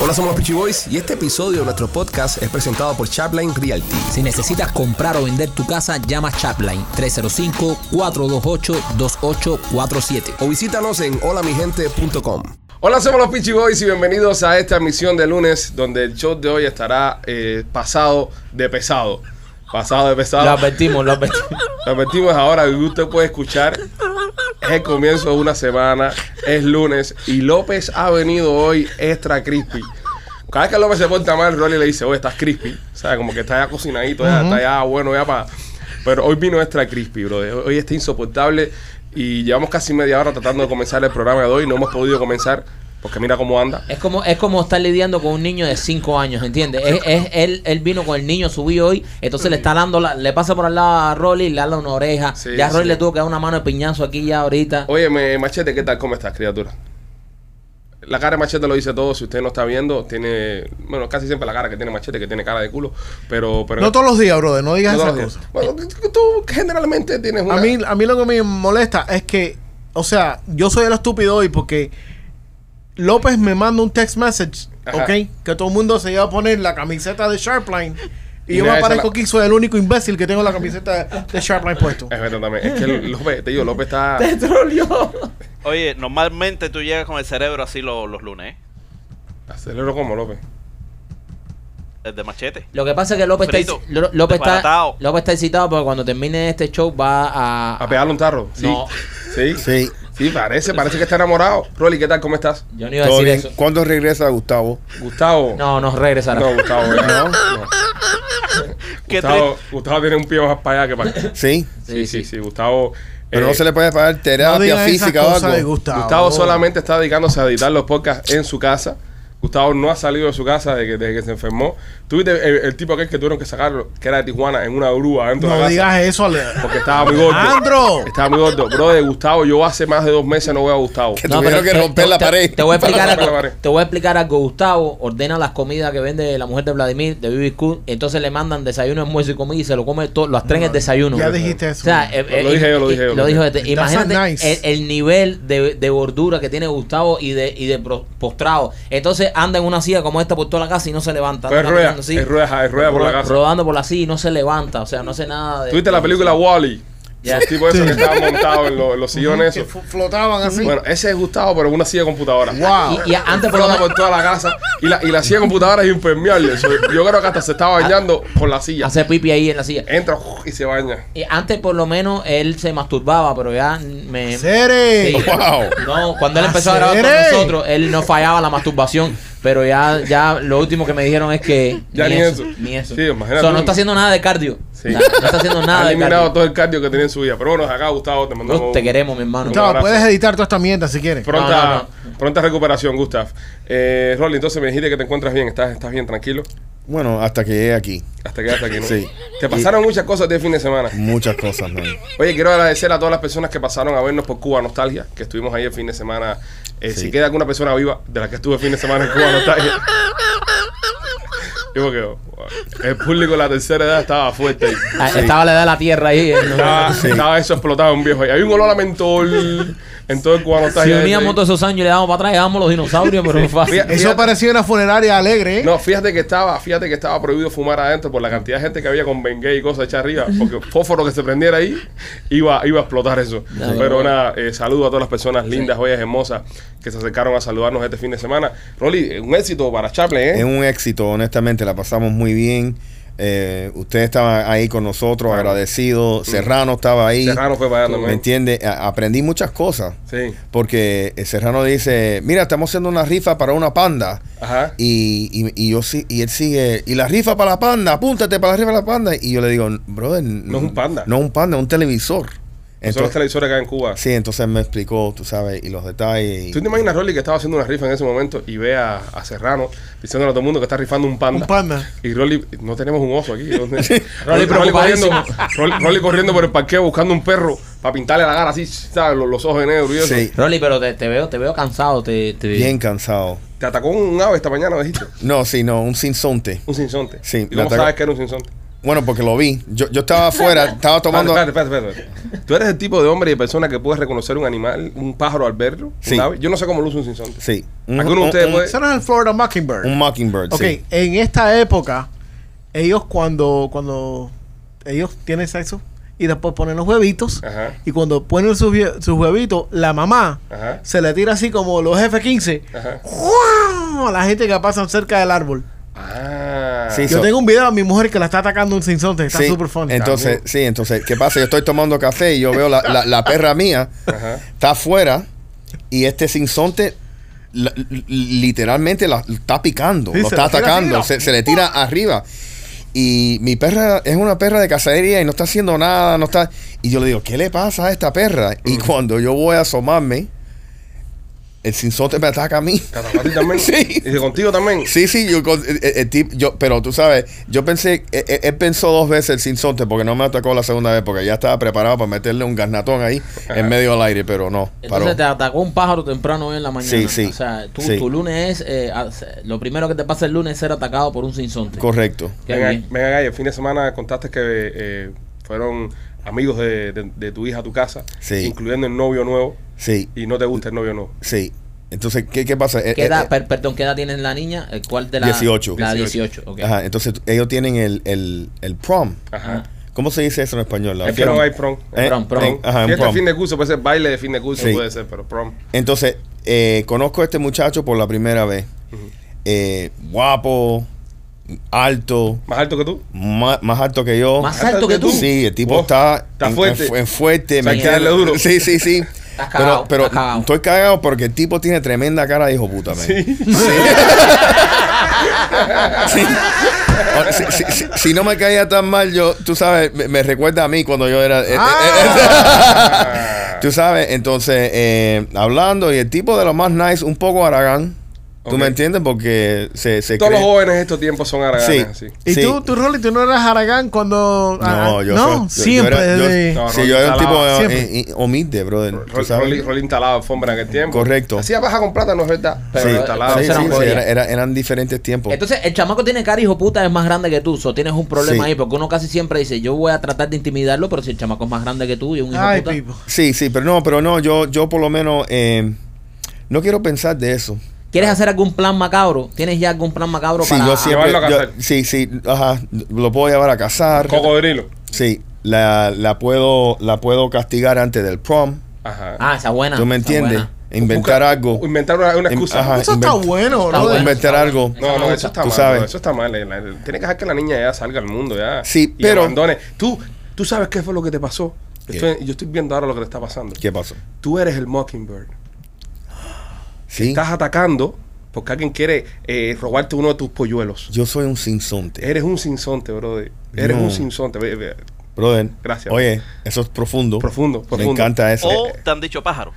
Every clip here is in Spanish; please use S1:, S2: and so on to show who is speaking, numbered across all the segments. S1: Hola, somos los Peachy Boys y este episodio de nuestro podcast es presentado por Chapline Realty.
S2: Si necesitas comprar o vender tu casa, llama Chapline 305-428-2847.
S1: O visítanos en holamigente.com. Hola, somos los Peachy Boys y bienvenidos a esta emisión de lunes donde el show de hoy estará eh, pasado de pesado. Pasado de pesado.
S3: Lo advertimos, lo advertimos.
S1: Lo advertimos ahora que usted puede escuchar. Es el comienzo de una semana, es lunes y López ha venido hoy extra crispy. Cada vez que López se porta mal, Rolly le dice, oye, estás crispy. O sea, como que está ya cocinadito, ya, está ya bueno, ya para... Pero hoy vino extra crispy, bro. Hoy está insoportable y llevamos casi media hora tratando de comenzar el programa de hoy. No hemos podido comenzar porque mira cómo anda.
S3: Es como, es como estar lidiando con un niño de 5 años, ¿entiendes? Es, es- él, él vino con el niño, subió hoy, entonces le está dando, la- le pasa por al lado a Rolly, le da una oreja.
S1: Sí,
S3: ya Rolly
S1: sí. Oh.
S3: le tuvo que dar una mano de piñazo aquí ya ahorita.
S1: Oye, me- Machete, ¿qué tal? ¿Cómo estás, criatura? La cara de Machete lo dice todo. Si usted no está viendo, tiene. Bueno, casi siempre la cara que tiene Machete, que tiene cara de culo. Pero. pero
S4: No todos los días, brother, no digas
S1: no todos
S4: esas
S1: los días. Bueno,
S4: cosas.
S1: tú generalmente tienes una.
S4: A mí, a mí lo que me molesta es que, o sea, yo soy el estúpido hoy porque López me manda un text message,
S1: Ajá.
S4: ¿ok? Que todo el mundo se iba a poner la camiseta de Sharpline. Y,
S1: Y
S4: yo me
S1: nadie se
S4: aparezco
S1: la-
S4: aquí, soy el único imbécil que tengo la camiseta de Sharpline puesto.
S1: Es verdad también. Es que López, te digo, López está.
S3: Te troleó.
S5: Oye, normalmente tú llegas con el cerebro así lo- los lunes, ¿eh?
S1: Acelero como López.
S5: el de machete.
S3: Lo que pasa es que López, está,
S5: Frito,
S3: Ló- López, está,
S5: desbaratado.
S3: López está excitado porque cuando termine este show va a...
S1: A pegarle un tarro. Sí.
S3: No.
S1: Sí.
S6: Sí,
S1: Sí, parece, parece que está enamorado. Rolly, ¿qué tal? ¿Cómo estás?
S3: yo no iba a
S6: todo
S3: decir
S6: bien.
S3: eso.
S6: ¿Cuándo regresa Gustavo?
S1: Gustavo.
S3: No, nos regresará.
S1: No, Gustavo, ya no. no.
S5: Qué
S1: Gustavo, Gustavo tiene un pie más para allá que para acá.
S6: Sí,
S1: Sí, sí, sí, Gustavo.
S6: pero
S1: eh,
S6: no se le puede pagar
S4: No
S6: terapia
S4: digas esas
S6: física o
S4: cosas de
S6: algo.
S4: Gustavo.
S1: Gustavo solamente está dedicándose a editar los podcasts en su casa. Gustavo no ha salido de su casa desde que, desde que se enfermó. Tuviste el, el tipo aquel que tuvieron que sacarlo, que era de Tijuana, en una grúa dentro de la
S4: No
S1: casa.
S4: digas eso, Ale.
S1: Porque estaba muy gordo.
S4: Andro.
S1: Estaba muy gordo. Bro, de Gustavo, yo hace más de dos meses no veo a Gustavo.
S6: Que tuvieron que
S3: te-
S6: romper
S3: te-
S6: la
S3: te-
S6: pared.
S3: Te voy a explicar
S1: Romper la
S3: algo.
S1: pared.
S3: Te voy a explicar algo. Gustavo ordena las comidas que vende la mujer de Vladimir, de BB Cool. Entonces le mandan desayuno, almuerzo y comida y se lo come todo. Los tres en el desayuno.
S4: Ya dijiste eso.
S3: O sea, eh, eh,
S1: Lo dije yo, lo
S3: eh,
S1: dije yo,
S3: Lo
S1: lo
S3: dijo
S1: dije.
S3: este.
S4: That's so
S3: Imagínate
S4: nice.
S3: el, el nivel de, de gordura que tiene Gustavo y de, y de pro- postrado. Entonces anda en una silla como esta por toda la casa y no se levanta.
S1: Pero es
S3: Anda
S1: Pues rueda,
S3: caminando así,
S1: es rueda, es rueda por la
S3: ro-
S1: casa.
S3: Rodando por la silla y no se levanta. O sea, no hace nada de.
S1: Tuviste la película Wally.
S3: Ya.
S1: El tipo eso que estaba montado en, los- en los sillones.
S4: Que
S1: esos.
S4: fl- flotaban así.
S1: Bueno, ese es Gustavo, pero en una silla de computadora.
S4: wow.
S3: Y, y antes por lo
S1: Flota
S3: menos-
S1: por toda la casa y la, y la silla de computadora es impermeable. So, yo creo que hasta se estaba bañando con la silla.
S3: hace pipi ahí en la silla.
S1: Entra uf, y se baña.
S3: Eh, antes por lo menos él se masturbaba, pero ya me...
S4: Cere.
S3: Sí.
S6: Wow.
S3: No, cuando él empezó a grabar con
S4: Hacer.
S3: nosotros, él no fallaba la masturbación. Pero ya, ya lo último que me dijeron es que
S1: Ya ni eso.
S3: Ni eso.
S1: Sí, imagínate
S3: O sea, no
S1: tú.
S3: está haciendo nada de cardio.
S1: Sí.
S3: O sea, no está haciendo nada
S1: ha
S3: de
S1: eliminado
S3: cardio.
S1: todo el cardio que tenía en su vida. Pero bueno, acá Gustavo te mandamos.
S3: Gus, te
S1: un-
S3: queremos, mi hermano.
S1: Gustavo,
S4: Gustavo, puedes editar toda esta mierda si quieres.
S1: Pronta,
S3: No,
S1: pronta recuperación, Gustav. Eh, Rolly, entonces me dijiste que te encuentras bien, estás, estás bien tranquilo.
S6: Bueno, hasta que llegue aquí.
S1: Hasta que hasta aquí, ¿no?
S6: Sí.
S1: Te pasaron muchas cosas de fin de semana.
S6: Muchas cosas, man.
S1: Oye, quiero agradecer a todas las personas que pasaron a vernos por Cuba Nostalgia, que estuvimos ahí el fin de semana. Eh,
S6: Sí.
S1: Si queda alguna persona viva de la que estuve el fin de semana en Cuba Nostalgia. Yo porque oh, el público de la tercera edad estaba fuerte. ahí.
S3: Ah, Estaba la edad de la tierra ahí. eh, no.
S1: Estaba, estaba eso explotado un viejo. ahí. Había un olor a mentol en todo el Cuba
S3: Si
S1: Nostalgia.
S3: uníamos todos esos años y le damos para atrás, le damos los dinosaurios, pero no es fácil.
S1: Fíjate-
S4: Eso parecía una funeraria alegre, ¿eh?
S1: No, fíjate que estaba, fíjate que estaba prohibido fumar adentro por la cantidad de gente que había con Bengay y cosas hechas arriba, porque fósforo que se prendiera ahí iba, iba a explotar eso.
S3: Ya,
S1: Pero
S3: ya.
S1: nada, eh, saludo a todas las personas lindas, joyas, hermosas que se acercaron a saludarnos este fin de semana. Rolly, eh, un éxito para Chaplin, ¿eh?
S6: Es un éxito, honestamente, la pasamos muy bien. Eh, usted estaba ahí con nosotros, agradecido. Serrano estaba ahí.
S1: Mm. Serrano fue para allá
S6: ¿Me
S1: también.
S6: entiende? A- Aprendí muchas cosas.
S1: Sí.
S6: Porque eh, Serrano dice, mira, estamos haciendo una rifa para una panda.
S1: Ajá.
S6: Y, y, y yo sí, y él sigue, y la rifa para la panda, apúntate para la rifa para la panda. Y yo le digo, brother, no
S1: es un panda.
S6: No es un panda, es un televisor.
S1: Son los
S6: Entonces,
S1: televisores acá en Cuba.
S6: sí, entonces me explicó, tú sabes, y los detalles. y-
S1: ¿Tú te imaginas, Rolly, que estaba haciendo una rifa en ese momento y ve a, a Serrano diciéndole a todo el mundo que está rifando un panda?
S4: Un panda.
S1: Y Rolly, no tenemos un oso aquí. ¿dónde? Rolly,
S3: Rolly
S1: Rolly corriendo,
S3: preocupadísimo.
S1: Rolly, Rolly corriendo por el parqueo buscando un perro para pintarle la cara así, ¿sabes? Los, los ojos de negro y eso.
S6: Sí,
S3: Rolly, pero te, te veo, te veo cansado. Te, te-
S6: bien cansado.
S1: Te atacó un ave esta mañana, me dijiste.
S6: No, sí, no, un sinsonte.
S1: Un sinsonte.
S6: Sí,
S1: ¿Y
S6: me
S1: cómo
S6: atacó.
S1: sabes que era un sinsonte?
S6: Bueno, porque lo vi. Yo, yo estaba afuera, estaba tomando.
S1: Espérate, espérate, espérate, espérate. Tú eres el tipo de hombre y de persona que puede reconocer un animal, un pájaro al verlo. un
S6: Sí.
S1: ave. Yo no sé cómo luce un sinsonte.
S6: Sí. Un,
S1: ¿Alguno de
S6: un-
S1: ustedes
S6: un-
S1: puede?
S4: Eso no es el Florida Mockingbird.
S6: un Mockingbird.
S4: ok,
S6: sí.
S4: en esta época, ellos cuando, cuando ellos tienen sexo y después ponen los huevitos,
S1: Ajá.
S4: y cuando ponen sus, hue- sus huevitos, la mamá
S1: Ajá.
S4: se le tira así como los F-15
S1: Ajá.
S4: ¡guau! a la gente que pasa cerca del árbol.
S1: Ah.
S6: Sí,
S4: Yo
S6: so-
S4: tengo un video de mi mujer que la está atacando un sinsonte, está
S6: Sí,
S4: súper funny.
S6: Entonces, sí, entonces, ¿qué pasa? Yo estoy tomando café y yo veo la, la- la perra mía
S1: Ajá.
S6: está afuera y este sinsonte la- li- literalmente la está picando,
S4: Sí,
S6: lo
S4: se
S6: está
S4: le tira
S6: atacando,
S4: arriba.
S6: se, se le tira arriba. Y mi perra es una perra de cacería y no está haciendo nada, no está. Y yo le digo, ¿qué le pasa a esta perra?
S4: Mm.
S6: Y cuando yo voy a asomarme, el sinsonte me ataca a mí.
S1: ¿Catapati también?
S6: Sí.
S1: ¿Y contigo también?
S6: Sí, sí, yo, con- el- el- el tip- yo- pero tú sabes, yo pensé, e- e- él, pensó dos veces el sinsonte porque no me atacó la segunda vez porque ya estaba preparado para meterle un garnatón ahí en medio del aire, pero no, paró.
S3: Entonces te atacó un pájaro temprano hoy en la mañana.
S6: Sí, sí.
S3: O sea, tú-
S6: Sí.
S3: tu lunes es. eh, hace- lo primero que te pasa el lunes es ser atacado por un sinsonte.
S6: Correcto.
S3: Qué
S1: Venga,
S3: bien.
S1: venga, Gallo, el fin de semana contaste que eh, fueron amigos de, de- de tu hija a tu casa,
S6: Sí.
S1: incluyendo el novio nuevo,
S6: Sí,
S1: y no te gusta el novio nuevo.
S6: sí. Entonces, ¿qué, qué pasa? Eh,
S3: ¿Qué
S6: eh,
S3: edad,
S6: eh,
S3: per- perdón, ¿qué edad tiene la niña? Eh, ¿Cuál de la
S6: 18.
S3: La 18, ok.
S6: ajá, entonces tú- ellos tienen el, el, el prom.
S1: Ajá.
S6: ¿Cómo se dice eso Ah. en español? La-
S1: Es que no hay prom.
S6: Eh,
S3: Prom, prom.
S6: eh, ajá,
S1: Fiesta
S6: un
S1: de
S6: prom.
S1: fin de curso, puede ser baile de fin de curso,
S6: Sí.
S1: puede ser, pero prom.
S6: Entonces, eh, conozco a este muchacho por la primera vez. Eh, guapo, alto,
S1: ¿Más alto que tú?
S6: más, más alto que yo.
S3: Más alto que tú.
S6: Sí, el tipo
S1: Oh,
S6: está, en-
S1: fuerte.
S6: En, en fuerte.
S1: O sea, hay que darle
S6: entiendes?
S1: duro.
S6: Sí, sí, sí.
S3: cagado,
S6: pero pero
S3: está cagado.
S6: estoy cagado porque el tipo tiene tremenda cara de hijo puta, man. Sí. O- Si, si- si- si no me caía tan mal, yo, tú sabes, me, me recuerda a mí cuando yo era. eh, eh,
S1: Ah.
S6: eh, tú sabes, entonces, eh, hablando, y el tipo de lo más nice, un poco aragán. ¿Tú
S1: Ok.
S6: me entiendes? Porque se. se
S1: Todos los
S6: cree-
S1: jóvenes de estos tiempos son araganas, sí.
S6: Sí.
S4: ¿Y
S6: sí.
S4: tú, tú, Rolly, tú no eras Aragán cuando...
S6: No, yo
S4: No,
S6: soy- yo- yo
S4: siempre.
S6: era- yo-
S4: de-
S1: No,
S6: sí, yo era un tipo
S4: Rolling
S6: eh,
S4: Talaba,
S6: eh, humilde, brother. ¿tú
S1: Rol-
S6: sabes?
S1: Rolín Rolín talaba alfombra en aquel tiempo.
S6: Correcto.
S1: Hacía paja con plata, no es verdad.
S3: Pero,
S6: sí,
S3: eh,
S1: talaba.
S6: sí,
S3: entonces
S6: sí,
S3: no
S6: sí,
S3: podía.
S6: era- era- eran diferentes tiempos.
S3: Entonces, el chamaco tiene cara, hijo puta, es más grande que tú. So, tienes un problema
S6: Sí.
S3: ahí, porque uno casi siempre dice, yo voy a tratar de intimidarlo, pero si el chamaco es más grande que tú y un hijo
S4: Ay,
S3: puta.
S4: Pipo.
S6: sí, sí, pero no, pero no, yo, yo por lo menos eh, no quiero pensar de eso.
S3: ¿Quieres hacer algún plan macabro? ¿Tienes ya algún plan macabro
S6: Sí,
S3: para
S6: yo siempre,
S1: Llevarlo a
S6: yo-
S1: cazar.
S6: sí, sí, ajá, lo puedo llevar a cazar.
S1: Cocodrilo.
S6: Sí, la, la puedo, la puedo castigar antes del prom.
S1: Ajá.
S3: Ah, esa buena.
S6: ¿Tú me
S3: esa
S6: entiendes?
S3: buena.
S6: Inventar
S1: Busca-
S6: algo.
S1: Inventar una, una
S6: Em-
S1: excusa.
S6: ajá,
S4: Eso está
S6: invent-
S4: bueno,
S3: Está
S4: brother.
S3: bueno.
S6: Inventar algo.
S1: No, no, eso está
S6: Tú
S1: mal.
S6: sabes.
S1: bro, Eso está mal. eh, La- la- Tienes que dejar que la niña ya salga al mundo ya.
S6: Sí,
S1: y
S6: pero-
S1: abandone. Tú, tú sabes qué fue lo que te pasó.
S6: ¿Qué?
S1: Estoy- yo estoy viendo ahora lo que te está pasando.
S6: ¿Qué pasó?
S1: Tú eres el Mockingbird.
S6: Sí,
S1: Estás atacando porque alguien quiere eh, robarte uno de tus polluelos.
S6: yo soy un sinsonte.
S1: Eres un sinsonte, brother. Eres
S6: No.
S1: un sinsonte. Ve- ve-
S6: Brother,
S1: Gracias.
S6: oye, eso es profundo.
S1: Profundo, profundo.
S6: Me encanta eso.
S5: O te han dicho pájaro.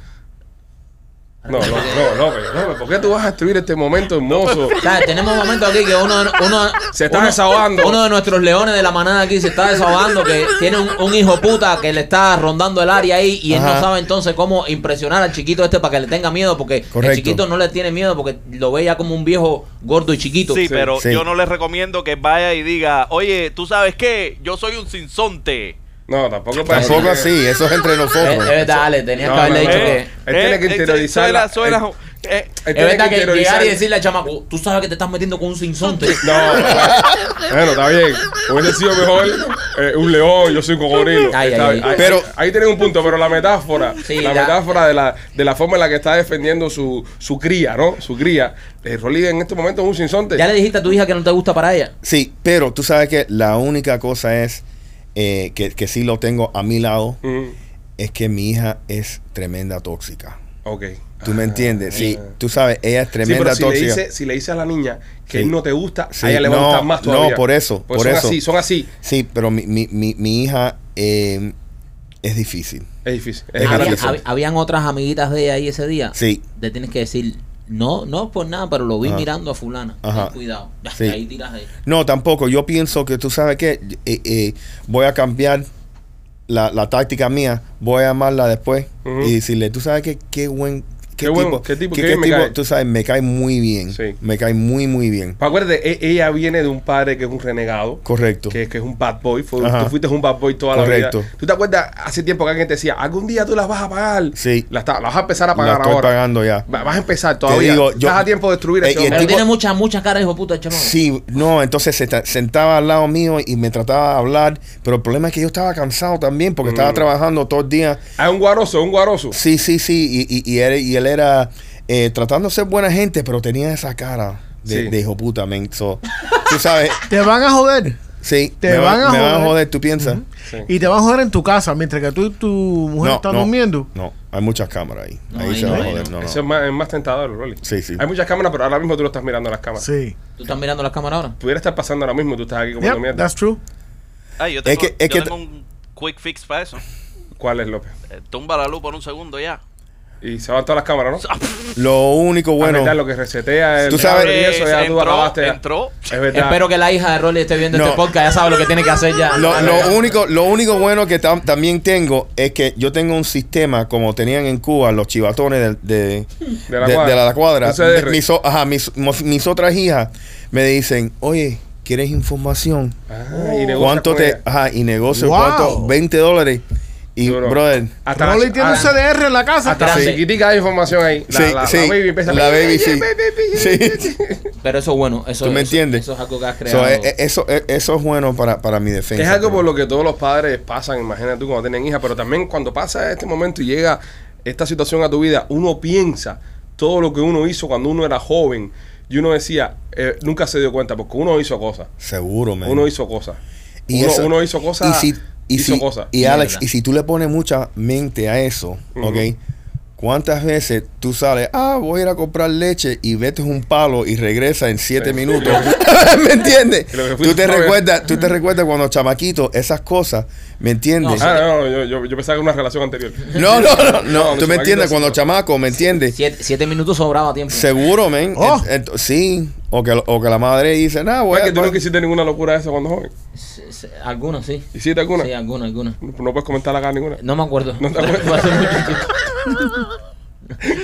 S1: No, no, no, López, López, ¿por qué tú vas a destruir este momento hermoso?
S3: O sea, tenemos un momento aquí que uno, de no- uno
S1: Se está
S3: uno-
S1: desahogando.
S3: Uno de nuestros leones de la manada aquí se está desahogando, que tiene un, un hijo puta que le está rondando el área ahí y él
S6: Ajá.
S3: no sabe entonces cómo impresionar al chiquito este para que le tenga miedo, porque el
S6: Correcto.
S3: chiquito no le tiene miedo porque lo ve ya como un viejo gordo y chiquito.
S5: Sí, pero
S6: Sí.
S5: yo no les recomiendo que vaya y diga, oye, tú sabes qué, yo soy un sinsonte.
S1: No, tampoco para Eh,
S6: Tampoco
S1: decirle-
S6: así, eso es entre
S3: Es,
S6: nosotros.
S3: es verdad, Ale, tenías
S1: No,
S3: eh, que haberle
S1: no,
S3: dicho
S1: no.
S3: que.
S1: Él tiene que
S5: eh,
S1: interiorizarla,
S5: Suena, suena,
S1: él-
S5: eh,
S1: Él
S3: Es
S1: tiene
S3: verdad que, llegar y
S1: interiorizar-
S3: decirle al chamaco, tú sabes que te estás metiendo con un sinsonte.
S1: No, bueno, está bien. Hubiese sido mejor eh, un león, yo soy un cocodrilo.
S3: Ay,
S1: Está
S3: ay,
S1: bien.
S3: ay.
S1: Ahí-
S6: Pero-
S1: ahí tienen un punto, pero la metáfora,
S3: Sí,
S1: la,
S3: la-
S1: metáfora de la, de la forma en la que está defendiendo su, su cría, ¿no? Su cría. Eh, Rolly en este momento es un sinsonte.
S3: Ya le dijiste a tu hija que no te gusta para ella.
S6: Sí, pero tú sabes que la única cosa es eh, que, que sí lo tengo a mi lado,
S1: Mm,
S6: es que mi hija es tremenda tóxica.
S1: ok.
S6: ¿Tú me
S1: Ah,
S6: entiendes? Sí,
S1: ah.
S6: tú sabes, ella es
S1: Sí,
S6: tremenda
S1: pero si le,
S6: tóxica.
S1: dice, si le dice a la niña que
S6: Sí.
S1: él no te gusta,
S6: Sí,
S1: a ella le va a
S6: no,
S1: gustar más
S6: no,
S1: todavía.
S6: por eso,
S1: Pues
S6: por
S1: son
S6: eso.
S1: así, son así.
S6: Sí, pero mi, mi, mi, mi hija eh, es difícil.
S1: Es difícil. Es
S6: Es
S1: grande.
S3: Había-
S6: grande.
S3: hab- habían otras amiguitas de ella ahí ese día.
S6: Sí.
S3: Te tienes que decir, no, no por nada, pero lo vi
S6: Ajá.
S3: mirando a fulana. Ten
S6: Ajá.
S3: cuidado. Ya,
S6: Sí.
S3: Ahí tiras ahí.
S6: No, tampoco. Yo pienso que tú sabes que voy a cambiar la, la táctica mía, voy a amarla después
S1: Ujú.
S6: y decirle, tú sabes que qué buen,
S1: Qué
S6: qué, tipo,
S1: bueno, qué tipo, qué bien me cae.
S6: tú sabes, me cae muy bien.
S1: Sí.
S6: Me cae muy, muy bien.
S1: Pa- Acuérdate, e- ella viene de un padre que es un renegado.
S6: Correcto.
S1: Que, que es un bad boy. Fue-
S6: Ajá.
S1: tú fuiste un bad boy toda
S6: Correcto.
S1: la vida. ¿Tú te acuerdas hace tiempo que alguien te decía, algún día tú las vas a pagar?
S6: Sí.
S1: La, está- la vas a empezar a
S6: La
S1: pagar
S6: estoy
S1: ahora.
S6: pagando ya.
S1: Va- vas a empezar todavía.
S6: digo, yo-
S1: Estás a tiempo de destruir a
S6: Eh,
S1: ese
S6: y el
S3: Pero
S1: hombre.
S6: tipo-
S3: tiene muchas, muchas caras, hijo de puta, el chamo.
S6: Sí, no, entonces se ta- sentaba al lado mío y me trataba de hablar, pero el problema es que yo estaba cansado también porque
S1: Mm.
S6: estaba trabajando todo el día.
S1: Ah, es un guaroso, es un guaroso.
S6: Sí, sí, sí, y, y- y él, y él era eh, tratando de ser buena gente, pero tenía esa cara de,
S1: Sí.
S6: de hijo puta, men. So, tú sabes,
S4: Te van a joder.
S6: sí,
S4: Te
S6: me, va-
S4: van a
S6: me
S4: joder.
S6: tú piensas.
S1: Sí.
S4: Y te van a joder en tu casa mientras que tú y tu mujer están durmiendo.
S6: No, hay muchas cámaras ahí.
S3: No,
S6: ahí,
S3: ahí
S6: se
S3: no,
S6: va a
S3: ahí
S6: joder.
S3: no.
S6: No, no.
S1: Eso es más, es más tentador, Rolly.
S6: Sí, sí.
S1: Hay muchas cámaras, pero ahora mismo tú no estás mirando las cámaras.
S4: Sí.
S3: ¿Tú estás mirando las cámaras ahora?
S1: Pudiera estar pasando ahora mismo y tú estás aquí comiendo
S4: Yep,
S1: mierda.
S4: that's true.
S5: Ay, yo
S6: Es
S5: tengo,
S6: que- es
S5: yo
S6: que-
S5: tengo un quick fix para eso.
S1: ¿Cuál es, López?
S5: Eh, Tumba la luz por un segundo ya.
S1: Y se van todas las cámaras, ¿no?
S6: Lo único
S1: Bueno.
S6: bueno.
S1: lo que resetea el
S6: Tú sabes-
S1: cable y eso, ya tú
S5: Eh, entró,
S1: acabaste. ya.
S5: entró.
S1: Es verdad.
S3: Espero que la hija de Rolly esté viendo
S6: No.
S3: este podcast. Ya sabe lo que tiene que hacer ya.
S6: Lo,
S3: Dale,
S6: lo
S3: dale.
S6: único, lo único bueno que tam- también tengo es que yo tengo un sistema como tenían en Cuba los chivatones de, de,
S1: De la
S6: de-
S1: cuadra.
S6: de la cuadra.
S1: Un CDR.
S6: Mi- Mis, o- ajá, mis, mos- mis otras hijas me dicen, oye, ¿quieres información?
S1: Ah, y negocia
S6: ¿Cuánto
S1: con
S6: te...?
S1: ella.
S6: Ajá, y negocio,
S4: Wow.
S6: ¿cuánto? 20 dólares. Y,
S1: Duro.
S6: brother...
S1: Hasta la-
S4: Rolly tiene un
S1: hasta-
S4: CDR en la casa.
S1: Hasta la
S3: Grande.
S1: chiquitica hay información ahí. La,
S6: sí,
S1: la,
S6: sí.
S1: la baby empieza a-
S6: La baby, sí. Sí.
S3: Pero eso es bueno. Eso,
S6: ¿Tú me
S3: eso-
S6: entiendes?
S3: Eso es algo que has
S6: So,
S3: creado.
S6: eh, eh, eso, eh, eso es bueno para, para mi defensa.
S1: Es algo
S6: pero-
S1: por lo que todos los padres pasan, imagínate tú cuando tienen hija, pero también cuando pasa este momento y llega esta situación a tu vida, uno piensa todo lo que uno hizo cuando uno era joven y uno decía, eh, nunca se dio cuenta, porque uno hizo cosas,
S6: Seguro, man.
S1: uno hizo cosas,
S6: Y
S1: uno,
S6: eso-
S1: uno hizo cosas,
S6: y si, y
S1: hizo
S6: si-
S1: cosas.
S6: Y Alex,
S3: Mierda.
S6: y si tú le pones mucha mente a eso,
S1: Ujú.
S6: ¿ok? ¿Cuántas veces tú sales, ah, voy a ir a comprar leche y vete un palo y regresa en siete
S1: Sí.
S6: minutos? ¿Me entiendes?
S1: Y lo que fuiste
S6: Tú te,
S1: una vez.
S6: recuerdas, tú te recuerdas cuando chamaquito, esas cosas, ¿me entiendes?
S3: No,
S1: Ah, no, no, yo, yo, yo pensaba que era una relación anterior.
S6: No, no, no, no.
S1: No,
S6: ¿Tú me entiendes?
S1: chamaquito,
S6: Cuando
S1: sí.
S6: chamaco, ¿me entiendes?
S3: siete, siete minutos sobraba tiempo.
S6: Seguro, men.
S4: Oh.
S6: Ent- ent- sí. O que, o que la madre dice, nah,
S1: ¿Sabes
S6: voy
S1: Ah, que
S6: a...
S1: tú no hiciste ninguna locura de eso cuando joven?
S3: Se- se- Algunos sí.
S1: ¿Hiciste alguna?
S3: Sí, algunos, algunos.
S1: No puedes comentar acá ninguna.
S3: No me acuerdo.
S1: No te acuerdas.
S3: Fue hace mucho tiempo.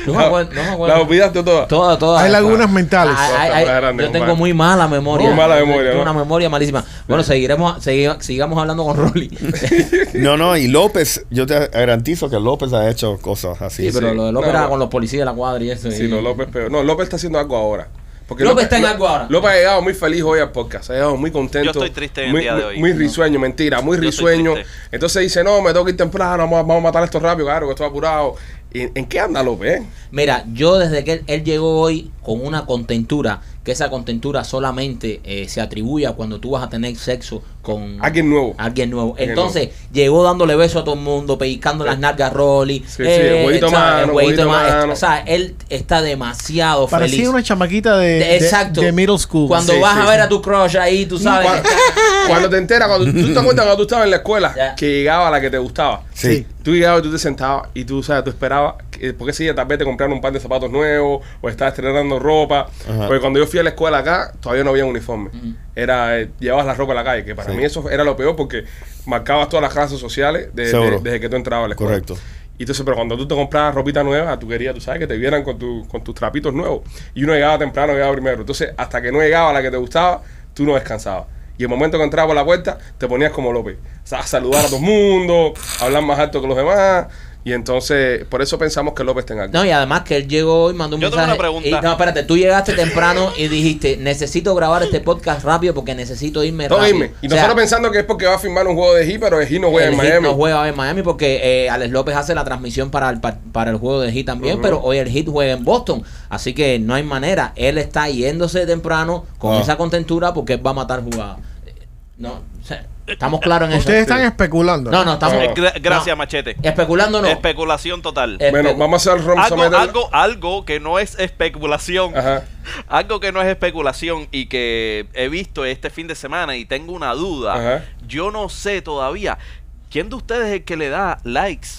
S3: No me acuerdo. No me
S1: La
S3: acuerdo.
S1: olvidaste todas.
S3: Todas, todas.
S4: Hay lagunas mentales.
S3: Ay, ay,
S1: Está
S3: ay,
S1: grande,
S3: Ah, yo tengo
S1: compadre.
S3: muy mala memoria.
S1: Muy mala memoria,
S3: Tengo
S1: ¿no?
S3: Una memoria malísima. Bueno, seguiremos, segui- sigamos hablando con Rolly. sí,
S6: No, no, y López, yo te garantizo que López ha hecho cosas así.
S3: pero
S1: sí.
S3: lo de López
S1: No,
S3: era
S1: no.
S3: con los policías de la cuadra y eso.
S1: Sí,
S3: y-
S1: no, López pero No, López está haciendo algo ahora. Porque
S3: López está en algo ahora.
S1: López ha llegado muy feliz hoy al podcast. Ha llegado muy contento.
S5: Yo estoy triste en el
S1: muy,
S5: día de
S1: muy-
S5: hoy.
S1: Muy risueño, mentira, muy
S5: Yo estoy
S1: risueño.
S5: triste.
S1: Entonces dice, no, me tengo que ir temprano, vamos, a- vamos a matar esto rápido, claro, que estoy apurado. ¿En, en qué anda López? eh?
S3: Mira, yo desde que él, él llegó hoy con una contentura, que esa contentura solamente eh, se atribuye a cuando tú vas a tener sexo con
S1: Alguien nuevo.
S3: Alguien nuevo.
S1: Alguien
S3: Entonces, llegó dándole besos a todo el mundo, pellizcando las nalgas a Rolly. Eh,
S1: Sí, sí, el huevito
S3: ¿sabes?
S1: mano,
S3: huevito
S1: huevito
S3: ma-
S1: mano.
S3: O sea, él está demasiado
S4: Parecía
S3: feliz.
S4: una chamaquita de, de-
S3: Exacto.
S4: de middle school.
S3: Cuando
S1: Sí,
S3: vas
S1: sí,
S3: a ver
S1: sí.
S3: a tu crush ahí, tú sabes.
S1: Cuando, cuando te enteras, cuando tú te acuerdas cuando tú estabas en la escuela,
S3: Ya.
S1: que llegaba la que te gustaba.
S6: Sí.
S1: Tú llegabas y tú te sentabas y tú, sabes, tú esperabas, que- porque si ella tal vez te compraron un par de zapatos nuevos o estabas estrenando ropa.
S6: Ajá.
S1: Porque cuando yo fui a la escuela acá, todavía no había uniforme. Era, eh, llevabas la ropa a la calle, que para
S6: Sí.
S1: mí eso era lo peor porque marcabas todas las clases sociales de- de-
S6: Seguro.
S1: desde que tú entrabas a la escuela.
S6: Correcto.
S1: Y entonces, pero cuando tú te comprabas ropita nueva, tú querías, tú sabes, que te vieran con, tu- con tus trapitos nuevos. Y uno llegaba temprano, llegaba primero. Entonces, hasta que no llegaba la que te gustaba, tú no descansabas. Y el momento que entrabas por la puerta, te ponías como López. O sea, a saludar a todo el mundo, a hablar más alto que los demás. Y entonces, por eso pensamos que López tenga algo.
S3: No, y además que él llegó y mandó un
S5: Yo tengo
S3: mensaje.
S5: una pregunta.
S3: Y, no, espérate, tú llegaste temprano y dijiste, necesito grabar este podcast rápido porque necesito irme
S1: Todo
S3: rápido.
S1: dime. Y
S3: O sea,
S1: nosotros pensando que es porque va a firmar un juego de G, pero de G no juega
S3: el
S1: en
S3: Heat
S1: Miami.
S3: no juega en Miami porque eh, Alex López hace la transmisión para el, pa- para el juego de Heat también,
S1: Ujú.
S3: pero hoy el Heat juega en Boston. Así que no hay manera. Él está yéndose temprano con
S6: Ah.
S3: esa contentura porque él va a matar jugadas. Eh, No, o sea, estamos claros en eso.
S4: Ustedes están especulando.
S3: No, no,
S1: Ah.
S3: estamos.
S5: Eh, gra- gracias,
S3: no.
S5: Machete.
S3: Especulando no.
S5: Especulación total.
S3: Eh,
S1: Bueno,
S3: espe-
S1: vamos a hacer el Ron
S5: algo,
S1: Someter.
S5: algo, algo que no es especulación.
S1: Ajá.
S5: Algo que no es especulación y que he visto este fin de semana y tengo una duda.
S1: Ajá.
S5: Yo no sé todavía. ¿Quién de ustedes es el que le da likes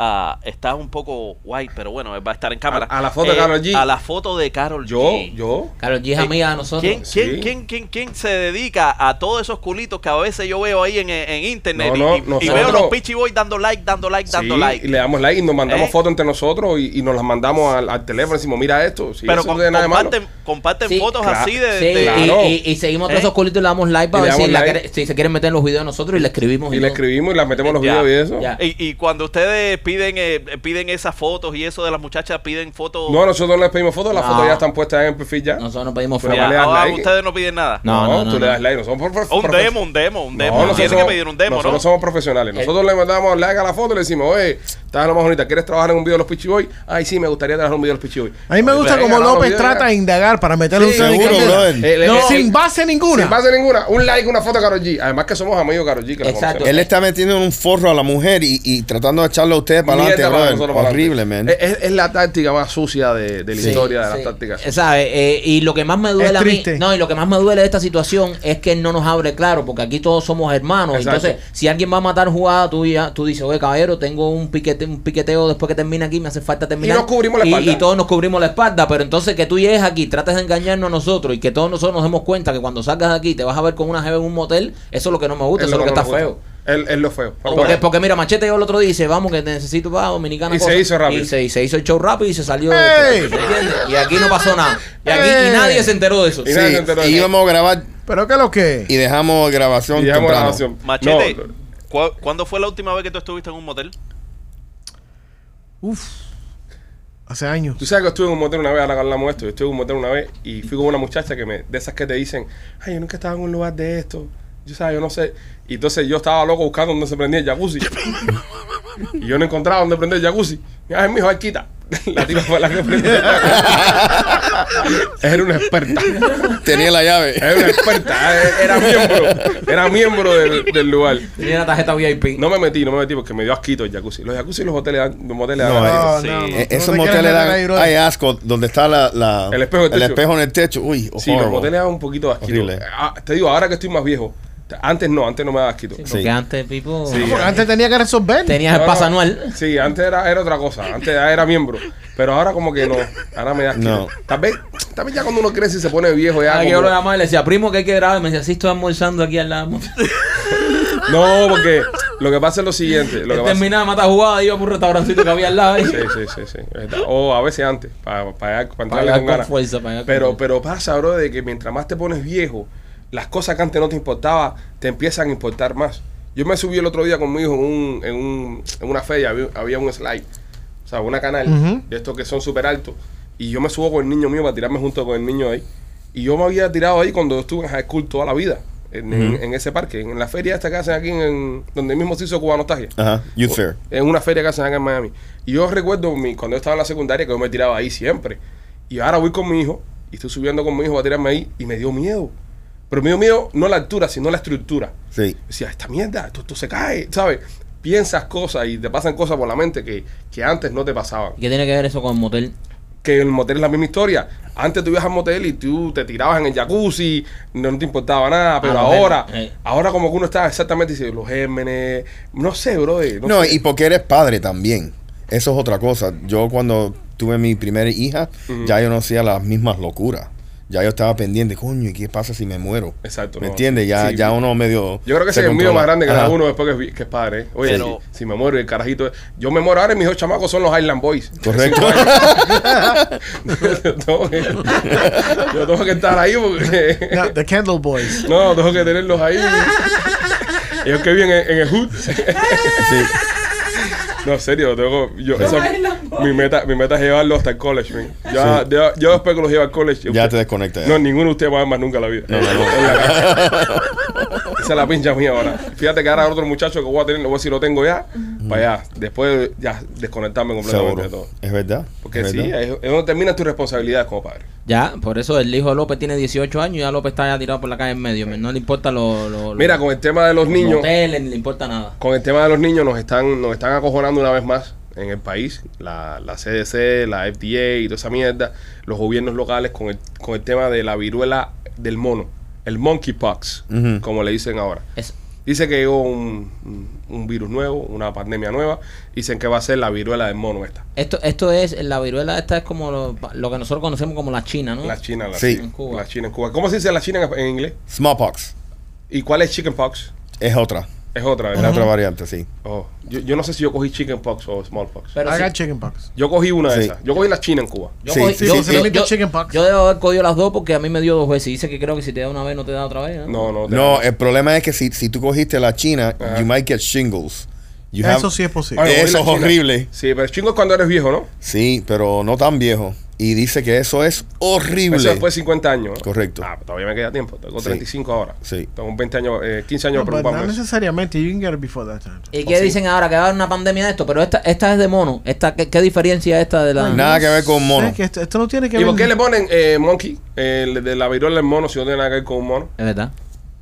S5: ah, está un poco guay, pero bueno, va a estar en cámara. Eh,
S1: a la foto de Karol G.
S5: A la foto de Carol G.
S1: Yo, yo.
S3: Carol G es amiga de nosotros.
S5: ¿Quién,
S1: Sí.
S5: quién, quién, quién, quién se dedica a todos esos culitos que a veces yo veo ahí en, en internet?
S1: No,
S5: y-
S1: no,
S5: y, y
S1: nosotros-
S5: veo los Pichi Boys dando like, dando like,
S1: Sí,
S5: dando
S1: y
S5: like.
S1: le damos like y nos mandamos
S5: ¿Eh?
S1: fotos entre nosotros y, y nos las mandamos al, al teléfono y decimos, mira esto. Sí,
S5: Pero
S1: eso no
S5: com-
S1: tiene nada de malo.
S5: comparten, comparten
S3: Sí,
S5: fotos
S1: claro,
S5: así de...
S3: Sí,
S5: de-
S3: y-
S1: Claro.
S3: y, y seguimos todos
S5: ¿Eh?
S3: esos culitos y le damos like para
S1: Y le
S3: ver si,
S1: damos
S3: la
S1: like.
S3: quiere- si se quieren meter en los videos de nosotros y le escribimos.
S1: Y le
S3: todo.
S1: escribimos y las metemos en los
S5: Ya,
S1: videos y eso.
S3: ya.
S5: Y, y cuando ustedes piden eh, piden esas fotos y eso de las muchachas, piden fotos...
S1: No, nosotros no les pedimos fotos, las
S3: No.
S1: fotos ya están puestas en el perfil ya.
S3: Nosotros no pedimos
S1: Pero
S5: Ya,
S1: no
S3: fuera.
S1: le das
S5: ahora
S1: like.
S5: ustedes no piden nada.
S3: No, no, no,
S1: tú le
S3: no.
S1: das like. Nosotros somos profe-
S5: O Un
S1: profe-
S5: demo, un demo, un demo.
S1: No, nosotros
S5: Tienen que
S1: somos-
S5: pedir un demo,
S1: Nosotros
S5: ¿no? Eh.
S1: somos profesionales. Nosotros le mandamos like a la foto y le decimos, oye, estás lo más bonita, ¿quieres trabajar en un video de los Pichi Boy? Ay, sí, me gustaría trabajar en un video de los Pues, Pichi Boy.
S4: A mí me gusta como López trata de indagar para meterle
S1: Sí,
S4: un dedo en
S6: seguro,
S4: candela.
S6: brother.
S1: Eh, le-
S4: No,
S1: eh,
S4: sin base ninguna.
S1: Sin base ninguna. Un like, una foto de Karol G. Además que somos amigos de Karol G. Que la
S3: Exacto.
S1: conocemos.
S6: Él le está metiendo un forro a la mujer y, y tratando de echarlo a ustedes para
S1: Mierda
S6: adelante,
S1: para
S6: brother.
S1: nosotros, para
S6: Horrible,
S1: adelante. Eh,
S6: man.
S1: Es, es- es la táctica más sucia de, de la
S3: Sí,
S1: historia de
S3: sí.
S1: las tácticas.
S3: Eh, ¿Sabe? Eh, y lo que más me duele
S4: Es
S3: a mí,
S4: triste.
S3: no, y lo que más me duele de esta situación es que él no nos abre claro, porque aquí todos somos hermanos.
S1: Exacto.
S3: Entonces, si alguien va a matar jugada tuya, tú dices, oye, caballero, tengo un piquete, un piqueteo después que termina aquí, me hace falta terminar.
S1: Y nos cubrimos la
S3: Y-
S1: espalda.
S3: Y, todos nos cubrimos la espalda, pero entonces que tú llegues aquí, trates de engañarnos a nosotros y que todos nosotros nos demos cuenta que cuando salgas de aquí te vas a ver con una jeva en un motel, eso es lo que no me gusta,
S1: Es
S3: eso es lo que
S1: no
S3: está
S1: nos
S3: feo.
S1: gusta. Es, es lo feo. Pero
S3: Porque,
S1: bueno.
S3: porque mira, Machete yo el otro día dice, vamos que necesito para Dominicana.
S1: Y se hizo rápido.
S3: Y se, y se hizo el show rápido y se salió.
S4: ¡Ey!
S3: ¿me entiendes? Y aquí no pasó nada. Y, aquí,
S4: ¡Ey!
S3: y nadie se enteró de eso.
S1: Y nadie se enteró de
S6: Sí,
S1: eso.
S6: íbamos a grabar
S4: Pero qué lo que.
S6: y dejamos grabación
S1: eh. Y dejamos
S6: temprano.
S1: grabación.
S5: Machete,
S1: No,
S5: ¿cu- ¿cuándo fue la última vez que tú estuviste en un motel?
S4: Uf. Hace años.
S1: Tú sabes que estuve en un motel una vez, ahora hablamos de esto, yo estuve en un motel una vez y fui con una muchacha que me, de esas que te dicen, ay, yo nunca estaba en un lugar de esto, yo sabes, yo no sé. Y entonces yo estaba loco buscando dónde se prendía el jacuzzi. y yo no encontraba dónde prender el jacuzzi. Y, ay, mijo, ahí quita. la tira fue la que prendió el jacuzzi. Era una experta.
S6: Tenía la llave.
S1: Era una experta. Era miembro. Era miembro del, del lugar.
S3: Tenía la tarjeta VIP.
S1: No me metí, no me metí porque me dio asquito el jacuzzi. Los jacuzzi y los hoteles dan, los moteles dan
S6: No,
S1: asquito.
S6: Ah,
S5: sí.
S4: no, no.
S5: Eh,
S6: Eh,
S4: te
S6: esos
S4: quieres
S6: moteles
S4: meter
S6: dan-
S4: ahí, brother.
S6: hay asco donde está la, la-
S1: El espejo en el techo.
S6: espejo en el techo. Uy,
S1: Sí, los
S6: horrible.
S1: moteles daban un poquito de asquito.
S6: Horrible.
S1: Ah, te digo, ahora que estoy más viejo. Antes no, antes no me daba asquito.
S3: Porque
S1: Sí,
S6: Sí.
S3: antes, Pipo,
S1: Sí.
S4: Porque antes tenía que resolver.
S3: tenías el
S1: Ahora-
S3: pase anual.
S1: Sí, antes era, era otra cosa. Antes era miembro. Pero ahora como que no. Ahora me da asquito.
S6: No.
S1: Tal, vez, tal vez ya cuando uno crece y se pone viejo ya...
S3: Ah, que
S1: como-
S3: yo lo llamaba y le decía, primo, que hay que grabar. Y Me decía, sí, estoy almorzando aquí al lado.
S1: No, porque lo que pasa es lo siguiente. Lo que
S3: Él
S1: pasa...
S3: Terminaba de matar jugada, iba por un restaurancito que había al lado.
S1: Sí, sí, sí, sí. es verdad. O a veces antes, para, para, entrarle
S3: Pagar
S1: con
S3: con
S1: ganas.
S3: fuerza, pagar con
S1: pero,
S3: fuerza.
S1: pero pasa, bro, de que mientras más te pones viejo, las cosas que antes no te importaba, te empiezan a importar más. Yo me subí el otro día con mi hijo en, un- en, un- en una feria, había, había un slide, o sea, una canal,
S4: Ujú.
S1: de estos que son súper altos. Y yo me subo con el niño mío para tirarme junto con el niño ahí. Y yo me había tirado ahí cuando estuve en high school toda la vida, en, en- en ese parque, en la feria esta que hacen aquí, en, en- donde mismo se hizo Cubanostagia.
S6: Ajá, Youth Fair.
S1: En una feria que hacen acá en Miami. Y yo recuerdo mi, cuando yo estaba en la secundaria que yo me tiraba ahí siempre. Y ahora voy con mi hijo y estoy subiendo con mi hijo a tirarme ahí y me dio miedo. Pero me dio miedo no la altura, sino la estructura.
S6: Sí.
S1: Decía, esta mierda, esto, esto se cae, ¿sabes? Piensas cosas y te pasan cosas por la mente que, que antes no te pasaban.
S3: ¿Y ¿Qué tiene que ver eso con el motel?
S1: Que el motel es la misma historia. Antes tú ibas al motel y tú te tirabas en el jacuzzi, no, no te importaba nada, pero
S3: Ah, los
S1: ahora,
S3: gérmenes, eh.
S1: ahora como que uno está exactamente, dice, los gérmenes, no sé, bro. eh,
S6: No,
S1: sé.
S6: y porque eres padre también. Eso es otra cosa. Yo cuando tuve mi primera hija, ya yo no hacía las mismas locuras. Ya yo estaba pendiente, coño, ¿y qué pasa si me muero?
S1: Exacto,
S6: ¿Me
S1: no.
S6: entiendes? Ya,
S1: Sí.
S6: ya uno medio.
S1: Yo creo que ese
S6: se
S1: es el miedo
S6: controla.
S1: más grande que da
S6: Ajá.
S1: uno después que, es vi- que es padre. ¿eh? Oye,
S5: Pero-
S1: si, si me muero y el carajito. Yo me muero ahora y mis dos chamacos son los Island Boys.
S6: Correcto.
S1: yo, tengo que, yo tengo que estar ahí porque.
S4: No, the Candle Boys.
S1: No, tengo que tenerlos ahí. Ellos que viven en, en el hood.
S6: Sí.
S1: No, en serio, tengo. Yo, esa- mi, meta, mi meta es llevarlo hasta el college, man. Ya-
S6: Sí.
S1: ya- yo después que los llevo al college.
S6: Ya
S1: usted-
S6: te desconectas. ya.
S1: No, ninguno de ustedes va a ver más nunca en la vida.
S6: No, no, no.
S1: En la casa. Esa es la pincha mía ahora. Fíjate que ahora otro muchacho que voy a tener, no voy a decir lo tengo ya, para allá. Después ya desconectarme completamente de
S6: Seguro.
S1: todo.
S6: Es verdad.
S1: Porque
S6: es
S1: sí, eh.
S6: verdad.
S1: es, es donde terminan tus responsabilidades como padre.
S3: Ya, por eso el hijo de López tiene 18 años y ya López está ya tirado por la calle en medio. men. No le importa lo- lo- lo-
S1: Mira, con el tema de los
S3: los
S1: niños,
S3: moteles, ni le importa nada.
S1: con el tema de los niños nos están, nos están acojonando una vez más en el país, la, la CDC, la FDA y toda esa mierda, los gobiernos locales con el, con el tema de la viruela del mono, el monkeypox,
S6: Ujú.
S1: como le dicen ahora.
S3: Es-
S1: Dice que llegó un, un- un virus nuevo, una pandemia nueva. Dicen que va a ser la viruela del mono esta.
S3: Esto, esto es, la viruela esta es como lo, lo que nosotros conocemos como la China, ¿no?
S1: La China, la,
S6: Sí.
S1: China,
S3: En Cuba.
S1: la China en Cuba. ¿Cómo se dice la China en, en inglés?
S6: Smallpox
S1: ¿Y cuál es chickenpox?
S6: es otra.
S1: Es otra,
S6: Es
S1: ¿verdad?
S6: otra variante, sí.
S1: Oh, yo, yo no sé si yo cogí chickenpox o smallpox.
S3: Pero
S4: I
S3: sí-
S4: got chicken pox.
S1: yo cogí una de
S6: Sí.
S1: esas. Yo cogí la China en Cuba.
S3: Yo,
S6: Sí,
S3: cogí-
S6: sí,
S3: yo-
S6: sí, sí.
S3: yo-
S4: Little
S3: yo-
S4: chicken pox.
S3: yo debo haber cogido las dos porque a mí me dio dos veces. Dice que creo que si te da una vez no te da otra vez. ¿no?
S1: No, no. te-
S6: No, el problema es que si, si tú cogiste la China,
S1: Ajá.
S6: you might get shingles. You
S4: Eso
S6: have-
S4: sí es
S1: Ah,
S4: posible.
S1: yo cogí
S6: eh, Eso
S1: la
S6: es
S1: China.
S6: horrible.
S1: Sí, pero chingo es cuando eres viejo, ¿no?
S6: Sí, pero no tan viejo. Y dice que eso es horrible.
S1: Eso después de 50 años. ¿no?
S6: Correcto.
S1: Ah, pues todavía me queda tiempo. Tengo
S6: Sí.
S1: 35 ahora.
S6: Sí. pues,
S1: Tengo 20 años, eh, 15 años
S4: No, but
S1: preocupándome
S4: not
S1: de eso.
S4: necesariamente. You can get it before that time.
S3: ¿Y qué dicen ahora? Que va a haber una pandemia de esto. Pero esta, esta es de mono. Esta, ¿qué, qué diferencia esta de la.?
S6: Nada que ver con mono.
S4: Es que esto, esto no tiene que
S1: ¿Y
S4: ver.
S1: por qué le ponen eh, monkey, el de la viruela del mono, si no tiene nada que ver con un mono?
S3: Es verdad.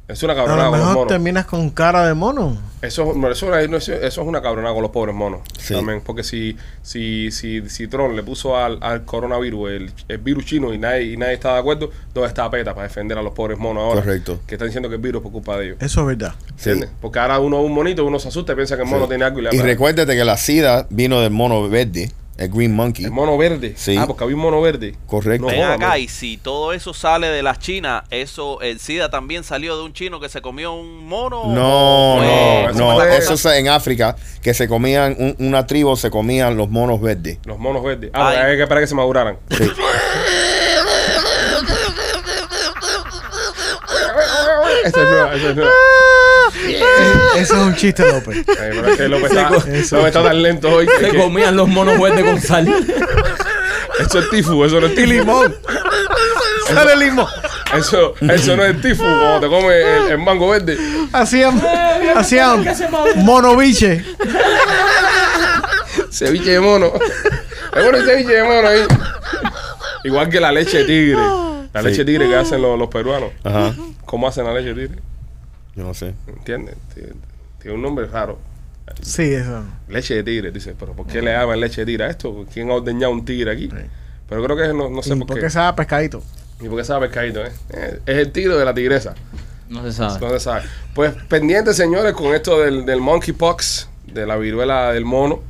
S1: Es una
S4: a
S1: cabronada
S4: lo
S1: con los
S4: mejor
S1: monos.
S4: terminas con cara de mono.
S1: Eso, no, eso, no es- no, eso- eso es una cabronada con los pobres monos.
S6: Sí.
S1: También, porque si, si, si, si Trump le puso al, al coronavirus el, el virus chino y nadie, y nadie está de acuerdo, ¿dónde está PETA para defender a los pobres monos ahora?
S6: Correcto.
S1: Que están diciendo que el virus por culpa de ellos.
S4: Eso es verdad.
S6: Sí.
S1: ¿Entiendes? Porque ahora uno es un monito, uno se asusta y piensa que el mono
S6: Sí.
S1: tiene algo y le
S6: Y
S1: habla.
S6: recuérdate que la sida vino del mono verde, el green monkey.
S1: El mono verde.
S6: Sí.
S1: Ah, porque había un mono verde.
S6: Correcto.
S1: No
S5: Ven
S1: joda,
S5: acá,
S1: mano.
S5: y si todo eso sale de las chinas, eso, el SIDA también salió de un chino que se comió un mono.
S6: No,
S5: Bueno,
S6: no,
S1: eso
S6: no.
S1: fue-
S6: Eso es en África, que se comían, un- una tribu se comían los monos verdes.
S1: Los monos verdes. Ah,
S5: Ay.
S1: porque hay que esperar que se maduraran. Eso es nuevo, eso es nuevo.
S4: E- Ese es un chiste, López.
S1: Ay, pero es que López está, López está tan lento hoy. que-
S3: Se
S1: que-
S3: comían los monos verdes con sal.
S1: eso es tifu, eso no es tifu.
S4: limón. Sale el limón.
S1: Eso, eso no es tifu, como te come el, el mango verde.
S4: Hacían, hacían monobiche.
S1: Ceviche de mono. Es bueno el ceviche de mono ahí. Igual que la leche de tigre. La
S6: Sí.
S1: leche de tigre que hacen los, los peruanos.
S6: Ajá.
S1: ¿Cómo hacen la leche de tigre?
S6: Yo no sé.
S1: ¿Entiendes? Tiene- Tiene un nombre raro.
S4: Sí, eso.
S1: Leche de tigre, dice, pero ¿por qué le llaman leche de tigre a esto? ¿Quién ha ordeñado un tigre aquí? Pero creo que no, no sé
S4: Sí,
S1: por
S4: porque
S1: qué.
S4: sabe a pescadito.
S1: Ni por qué sabe pescadito, ¿eh? Eh, Es el tigre de la tigresa.
S3: No se sabe.
S1: No se sabe. Pues pendientes, señores, con esto del, del monkeypox, de la viruela del mono.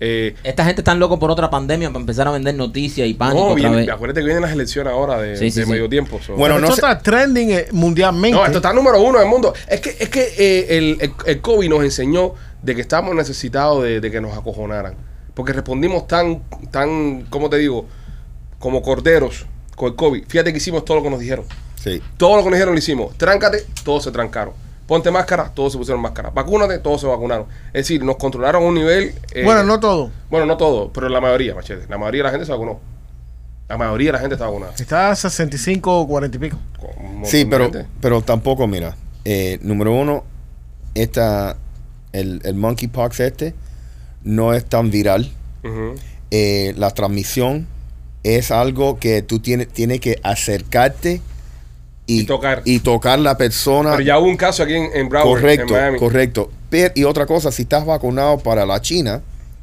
S1: Eh,
S3: Esta gente está loco por otra pandemia para empezar a vender noticias y pánico
S1: no,
S3: otra
S1: viene-
S3: vez.
S1: acuérdate que vienen las elecciones ahora de,
S3: Sí, sí,
S1: de
S3: sí.
S1: medio tiempo. so-
S6: Bueno,
S4: Pero
S6: no
S4: esto
S6: sé-
S4: está trending eh, mundialmente.
S1: No, esto está número uno del mundo. Es que, es que eh, el, el- el COVID nos enseñó de que estamos necesitados de, de que nos acojonaran. Porque respondimos tan, tan, ¿cómo te digo? Como corderos con el COVID. Fíjate que hicimos todo lo que nos dijeron.
S6: Sí.
S1: Todo lo que nos dijeron lo hicimos. Tráncate, todos se trancaron. Ponte máscara, todos se pusieron máscara. Vacúnate, todos se vacunaron. Es decir, nos controlaron a un nivel. eh,
S4: Bueno, no todo.
S1: Bueno, no todo, pero la mayoría, machete. La mayoría de la gente se vacunó. La mayoría de la gente está vacunada.
S4: Está a 65 o 40 y pico.
S1: Con un montón
S6: Sí,
S1: de
S6: pero,
S1: gente.
S6: pero tampoco, mira. eh, número uno, esta, el, el monkeypox este no es tan viral.
S1: Ujú.
S6: eh, la transmisión es algo que tú tienes, tienes que acercarte y,
S1: Y tocar.
S6: y tocar la persona.
S1: Pero ya hubo un caso aquí en, en Broward,
S6: Ah, correcto,
S1: en Miami.
S6: correcto. Pero- y otra cosa, si estás vacunado para la China,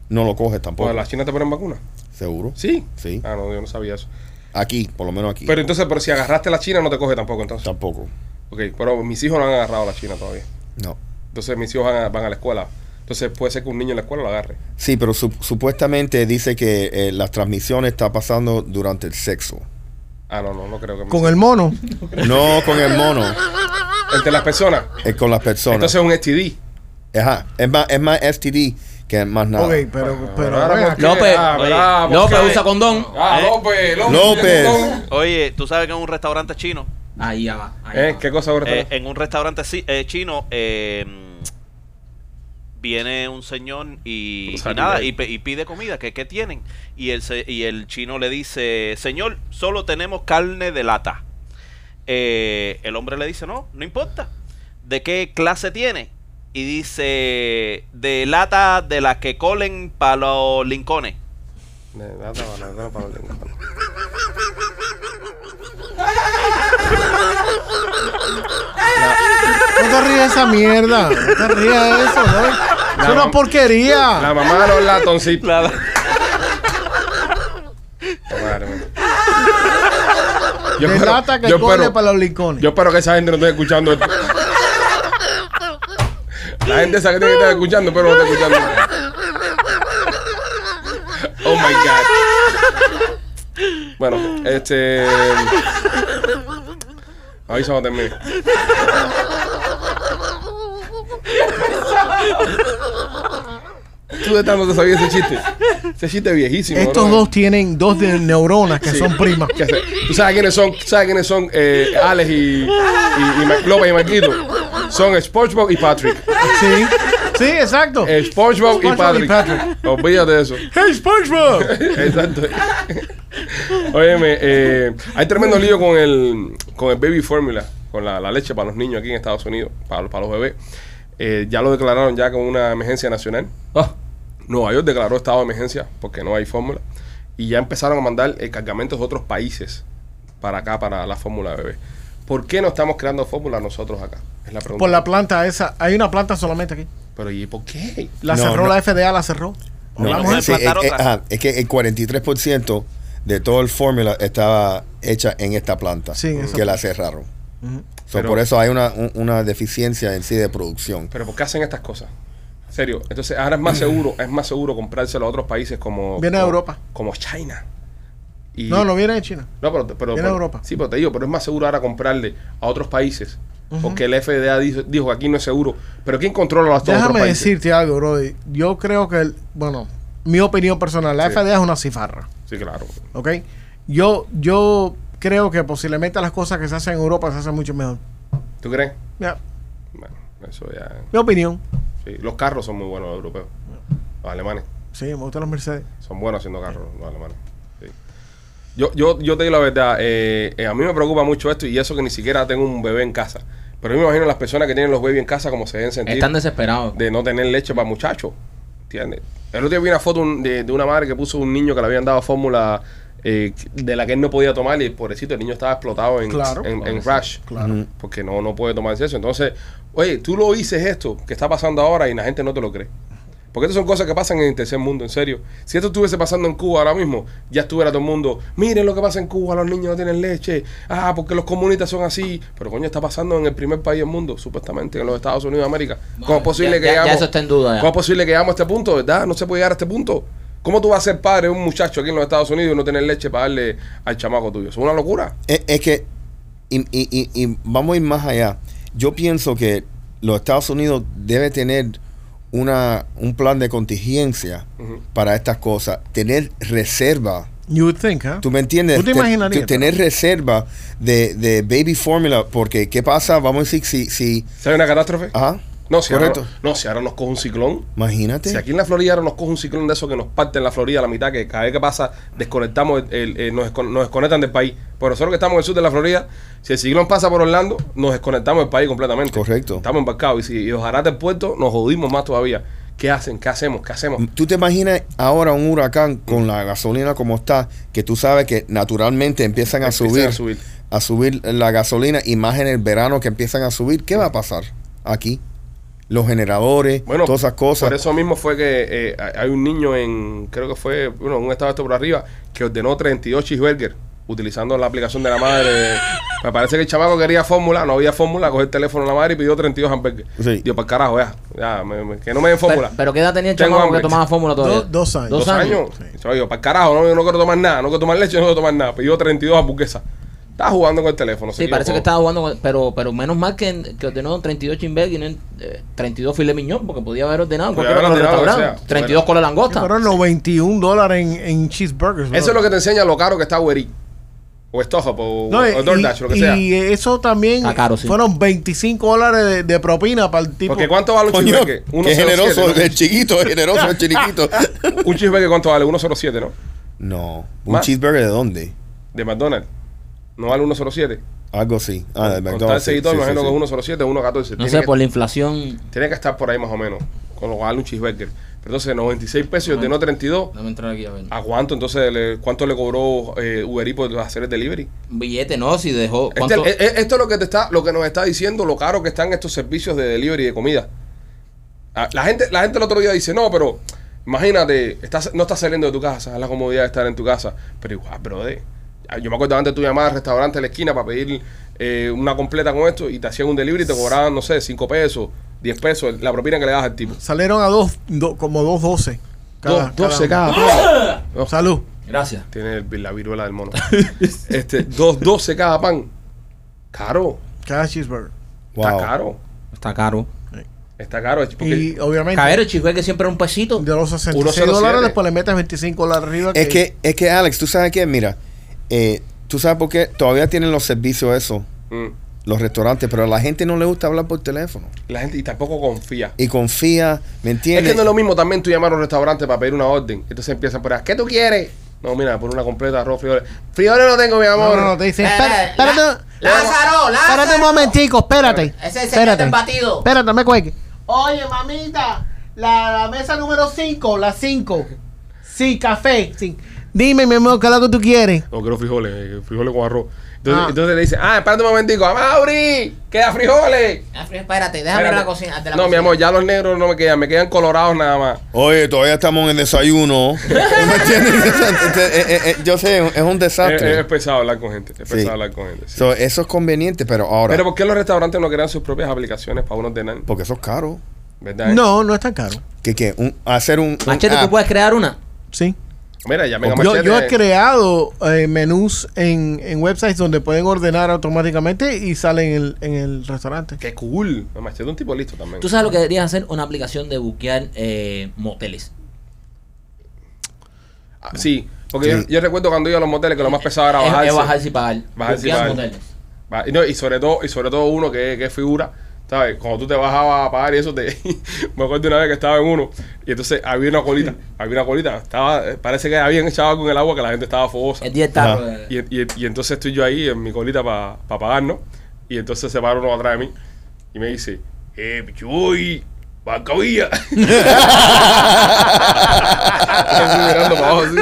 S6: no lo coges tampoco.
S1: Pues las chinas te ponen vacuna.
S6: Seguro.
S1: Sí.
S6: Sí.
S1: Ah, no, yo no sabía eso.
S6: Aquí, por lo menos aquí.
S1: Pero entonces, pero si agarraste la china, no te coge tampoco, entonces.
S6: tampoco.
S1: Ok, pero mis hijos no han agarrado la china todavía.
S6: No.
S1: Entonces, mis hijos van a, van a la escuela. Entonces, puede ser que un niño en la escuela lo agarre.
S6: Sí, pero sup- supuestamente dice que eh, las transmisiones está pasando durante el sexo.
S1: Ah, no, no, no creo que.
S4: Con el mono.
S6: No con el mono,
S1: Entre las personas.
S6: es con las personas.
S1: Entonces, un STD.
S6: Ajá, es más, es más STD que más nada.
S4: Ok, pero. pero
S1: ahora,
S4: vea,
S1: ¿por qué?
S3: López,
S1: Ah, ¿verdad? ¿Por
S3: López
S1: qué?
S3: usa condón.
S1: Ah,
S5: ¿Eh?
S1: López, López.
S6: López.
S5: Oye, tú sabes que en un restaurante chino,
S3: Ahí ya va. ahí
S1: ¿Eh?
S3: va.
S1: ¿Qué cosa ahora?
S5: eh, en un restaurante ci- eh, chino, eh, mm, viene un señor y, y
S1: Salió
S5: nada,
S1: ahí.
S5: y, pe- y pide comida, que qué tienen. Y el, se- y el chino le dice, señor, solo tenemos carne de lata. Eh, el hombre le dice, no, no importa. ¿De qué clase tiene? Y dice, de lata de las que colen para los lincones.
S1: Eh, nada, nada, nada, para- para-
S4: No te rías de esa mierda. No te rías de eso, ¿no? Es una
S1: mam- La
S4: porquería.
S1: mamá no la toncita.
S5: La-
S1: Madre mía. Yo
S4: De
S1: espero-
S4: lata que
S1: yo
S4: corre
S1: espero-
S4: para los lincones.
S1: Yo espero que esa gente no esté escuchando esto. La gente sabe que tiene que estar escuchando, pero no está escuchando. Oh my God. Bueno, este. Avisa cuando termine. Tú de tanto te sabías ese chiste. Ese chiste es viejísimo.
S4: Estos
S1: bro.
S4: dos tienen dos de neuronas que
S1: Sí.
S4: son primas.
S1: ¿Qué hacer? ¿Tú sabes quiénes son? ¿Sabes quiénes son eh, Alex y, y, y Ma- López y Marquito? Son SpongeBob y Patrick.
S4: Sí, sí, exacto.
S1: Eh, SpongeBob, y
S4: SpongeBob
S1: Patrick.
S4: y Patrick.
S1: Olvídate de eso.
S4: ¡Hey, SpongeBob!
S1: Exacto. Óyeme, eh, hay tremendo lío con el, con el baby formula, con la, la leche para los niños aquí en Estados Unidos, para, los- para los bebés. Eh, ya lo declararon ya como una emergencia nacional.
S3: Oh,
S1: Nueva York declaró estado de emergencia porque no hay fórmula. Y ya empezaron a mandar eh, cargamentos de otros países para acá, para la fórmula de bebé. ¿Por qué no estamos creando fórmula nosotros acá? Es la pregunta.
S4: Por la planta esa. Hay una planta solamente aquí.
S1: Pero ¿y por qué?
S4: La
S6: No,
S4: cerró
S6: no.
S4: la FDA, la cerró.
S6: No,
S5: Vamos
S4: Hablamos
S5: a
S4: de-
S6: sí, es,
S5: implantar
S6: es-
S5: otra.
S6: ajá, es que el 43% de todo el fórmula estaba hecha en esta planta
S4: Sí, en esa
S6: que la cerraron. So,
S1: Pero-
S6: por eso hay una, un- una deficiencia en sí de producción.
S1: Pero ¿por qué hacen estas cosas? En serio, entonces ahora es más seguro, es más seguro comprárselo a otros países como
S4: Viene de
S1: como-
S4: Europa.
S1: como China. Y-
S4: No, no viene de China.
S1: no, pero, pero-
S4: viene de
S1: pero-
S4: Europa.
S1: Sí, pero te digo, pero es más seguro ahora comprarle a otros países. Porque el FDA dijo, dijo que aquí no es seguro. Pero ¿quién controla los otros
S4: Déjame
S1: países?
S4: decirte algo, Brody. Yo creo que, el- bueno, mi opinión personal, la
S1: Sí.
S4: FDA es una cifarra,
S1: Sí, claro.
S4: ¿ok? Yo, yo creo que posiblemente las cosas que se hacen en Europa se hacen mucho mejor.
S1: ¿Tú crees?
S4: Ya,
S1: Bueno, eso ya.
S4: mi opinión.
S1: sí. Los carros son muy buenos los europeos. Los alemanes
S4: Sí, me gustan los Mercedes.
S1: son buenos haciendo carros, los alemanes. Sí. Yo, yo, yo te digo la verdad, eh, eh, a mí me preocupa mucho esto y eso que ni siquiera tengo un bebé en casa. Pero yo me imagino las personas que tienen los bebés en casa como se deben sentir.
S3: Están desesperados.
S1: de no tener leche para muchachos. ¿Entiendes? El otro día vi una foto un- de, de una madre que puso un niño que le habían dado fórmula eh, de la que él no podía tomar y pobrecito, el niño estaba explotado en,
S4: Claro.
S1: en, en rash. Porque no, no puede tomarse eso. Entonces, oye, tú lo dices esto que está pasando ahora y la gente no te lo cree. Porque estas son cosas que pasan en el tercer mundo, en serio. Si esto estuviese pasando en Cuba ahora mismo, ya estuviera todo el mundo. Miren lo que pasa en Cuba, los niños no tienen leche. Ah, porque los comunistas son así. Pero coño, está pasando en el primer país del mundo, supuestamente, en los Estados Unidos de América. ¿Cómo es posible
S3: ya-
S1: que
S3: ya- ya
S1: llegamos-
S3: eso está en duda ya.
S1: ¿Cómo es posible que llegamos a este punto, verdad? No se puede llegar a este punto. ¿Cómo tú vas a ser padre de un muchacho aquí en los Estados Unidos y no tener leche para darle al chamaco tuyo? Eso es una locura.
S6: Es, es que, y, y- y- y vamos a ir más allá. Yo pienso que los Estados Unidos debe tener una, un plan de contingencia
S1: Ujú.
S6: para estas cosas, tener reserva.
S4: You would think, ¿eh?
S6: ¿Tú me entiendes?
S4: ¿Tú te
S6: Te-
S4: imaginarías?
S6: te- tener reserva de, de baby formula, porque ¿qué pasa? Vamos a decir si... si
S1: ¿Sabes una catástrofe?
S6: ajá,
S1: No, si ahora,
S6: correcto.
S1: no, si ahora nos coge un ciclón.
S6: Imagínate.
S1: Si aquí en la Florida ahora nos coge un ciclón de eso que nos parte en la Florida a la mitad, que cada vez que pasa desconectamos, el- el- el- nos, descon- nos desconectan del país. Pero nosotros que estamos en el sur de la Florida, si el ciclón pasa por Orlando, nos desconectamos del país completamente.
S6: Correcto.
S1: Estamos embarcados. Y si y ojalá del puerto, nos jodimos más todavía. ¿Qué hacen? ¿Qué hacemos? ¿Qué hacemos?
S6: ¿Tú te imaginas ahora un huracán con la gasolina como está, que tú sabes que naturalmente empiezan a
S1: Empiezan
S6: subir,
S1: a subir.
S6: a subir la gasolina y más en el verano que empiezan a subir? ¿Qué va a pasar aquí? Los generadores, todas esas cosas.
S1: Por eso mismo fue que eh, hay- hay un niño en, creo que fue, bueno, en un estado esto por arriba, que ordenó 38 cheeseburger utilizando la aplicación de la madre. Me parece que el chamaco quería fórmula, no había fórmula, cogió el teléfono de la madre y pidió 32 hamburgues.
S6: Sí.
S1: Digo, para carajo, ya, ya me- me- que no me den
S3: Pero,
S1: fórmula.
S3: pero ¿qué edad tenía el
S1: Tengo
S3: chamaco
S1: hambre.
S3: que tomaba fórmula todavía?
S4: Do- dos años.
S1: Dos años. para carajo, no, yo no quiero tomar nada, no quiero tomar leche, no quiero tomar nada. Pidió 32 hamburguesas. Estaba jugando con el teléfono. se
S3: Sí, parece
S1: equivocó.
S3: que estaba jugando, con- pero pero menos mal que, que ordenó 32 chimbeck y no eh, 32 filet mignon, porque podía haber ordenado en
S1: Podía
S3: cualquier
S1: haber
S3: otro
S1: ordenado lo que
S3: restaurante.
S1: sea.
S3: 32 colas de langosta.
S4: Pero 91 dólares en, en cheeseburgers.
S1: Eso es lo que te enseña lo caro que está Uber Eats, O Stop o,
S4: No,
S1: o
S4: y,
S1: DoorDash, lo que
S4: y
S1: sea.
S4: eso también
S3: Está caro, sí.
S4: fueron 25 dólares de, de propina para el tipo.
S1: Porque ¿cuánto vale un
S6: Coño,
S1: cheeseburger?
S6: qué generoso,
S1: 107,
S6: el chiquito, el generoso, el chiquito.
S1: ¿no? Un cheeseburger ¿cuánto vale? 107, ¿no?
S6: No, un
S1: Más.
S6: cheeseburger de dónde?
S1: De McDonald's. No vale 107.
S6: Algo así. Ah, de
S1: Con tal
S6: McDonald's. sí,
S1: seguidor,
S6: sí,
S1: me imagino
S6: sí,
S1: que
S6: sí.
S1: es 107, 114.
S3: no
S1: Tiene
S3: sé,
S1: que-
S3: por la inflación.
S1: Tiene que estar por ahí más o menos. Con lo que vale un cheeseburger. Pero entonces, 96 pesos y ordenó 32.
S3: Dame entrar aquí a ver.
S1: ¿A cuánto entonces le- cuánto le cobró eh, Uber Eats por hacer el delivery?
S3: Un billete, no, si dejó.
S1: Este-
S3: ¿cuánto?
S1: e- e- esto es lo que te está, lo que nos está diciendo, lo caro que están estos servicios de delivery de comida. Ah, La gente, la gente el otro día dice, no, pero imagínate, estás, no estás saliendo de tu casa, es la comodidad de estar en tu casa. Pero igual, brother. ah, Yo me acuerdo antes tú llamabas al restaurante de la esquina para pedir eh, una completa con esto y te hacían un delivery y te cobraban, no sé, 5 pesos, 10 pesos, la propina que le das al tipo.
S4: Salieron a dos, do- como dos doce. cada-
S1: Dos- 12
S4: cada-
S1: cada pan. Dos-
S4: Salud.
S3: Gracias.
S1: Tiene el- la viruela del mono. este, dos 12 cada pan. Caro.
S4: Cada cheeseburger.
S1: Está
S6: Wow.
S1: caro.
S3: Está caro.
S1: Está caro. es porque-
S4: Y obviamente,
S3: Cabero, el chico, que siempre es un pesito.
S4: de los 66
S1: 107.
S4: dólares, después le metes 25 dólares arriba.
S6: Es que, es que Alex, tú sabes qué, mira, eh, tú sabes por qué todavía tienen los servicios esos,
S1: Mm.
S6: los restaurantes, pero a la gente no le gusta hablar por teléfono.
S1: La gente y tampoco confía.
S6: Y confía, ¿me
S1: Es
S6: entiendes?
S1: que no es lo mismo también tú llamar a un restaurante para pedir una orden. Entonces empiezan por ahí, ¿qué tú quieres? No, mira, por una completa arroz, frijoles. Frijoles no tengo, mi
S4: No,
S1: amor.
S4: no, no, te dicen,
S7: Eh,
S4: espérate,
S7: eh,
S4: espérate. Espérate
S7: Lázaro,
S4: un
S7: Lázaro.
S4: momentico, espérate.
S7: Ese es el
S4: espérate.
S7: en batido.
S4: Espérate, no me cuelgue.
S7: Oye, mamita, la, la mesa número 5, la 5.
S4: Sí, café. Sí. Dime, mi amor, ¿qué es lo que tú quieres?
S1: No quiero frijoles, eh, frijoles con arroz. Entonces,
S4: Ah.
S1: entonces le dicen, ah, espérate un momentico, Mauri, queda frijoles.
S7: Espérate, déjame ver
S1: Espérate.
S7: la cocina. de la
S1: No, mi
S7: cocina.
S1: amor, ya los negros no me quedan, me quedan colorados nada más.
S6: Oye, todavía estamos en el desayuno. ¿Me entiendes? Este, eh, eh, eh, Yo sé, es un
S1: Es,
S6: desastre.
S1: es pesado hablar con gente, es
S6: Sí.
S1: pesado hablar con gente. sí.
S6: So, eso es conveniente, pero ahora,
S1: Pero ¿por qué los restaurantes no crean sus propias aplicaciones para uno ordenar?
S6: porque eso es caro.
S1: ¿Verdad? eh?
S4: No, no es tan caro.
S6: Que, que un- hacer un, un
S3: Machete,
S1: Ah.
S3: tú
S6: app.
S3: puedes crear una.
S4: Sí.
S1: Mira, ya me
S4: Yo, yo he creado eh, menús en, en websites donde pueden ordenar automáticamente y salen en el, en el restaurante.
S1: Qué cool. Me machete un tipo listo también.
S3: Tú sabes lo que deberías hacer, una aplicación de buquear eh, moteles.
S1: Ah, sí, porque yo-
S6: Sí.
S1: Yo, recuerdo cuando iba a los moteles que lo más pesado era
S3: Es-
S1: bajarse.
S3: Es, bajarse y pagar.
S1: Bajarse y
S3: Buquear
S1: pagar.
S3: moteles.
S1: Va- y, no, y sobre todo, y sobre todo uno que, que es figura, ¿sabes? Cuando tú te bajabas a pagar y eso, te, me acuerdo una vez que estaba en uno y entonces había una colita, había una colita, estaba, eh, parece que habían echado algo en el agua que la gente estaba fogosa.
S3: El día del tarro,
S6: Ajá.
S3: eh.
S1: Y, y- y entonces estoy yo ahí en mi colita para pagar, ¿no? Y entonces se para uno atrás de mí y me dice, eh, pichuy, bancavilla. y yo estoy mirando para abajo así.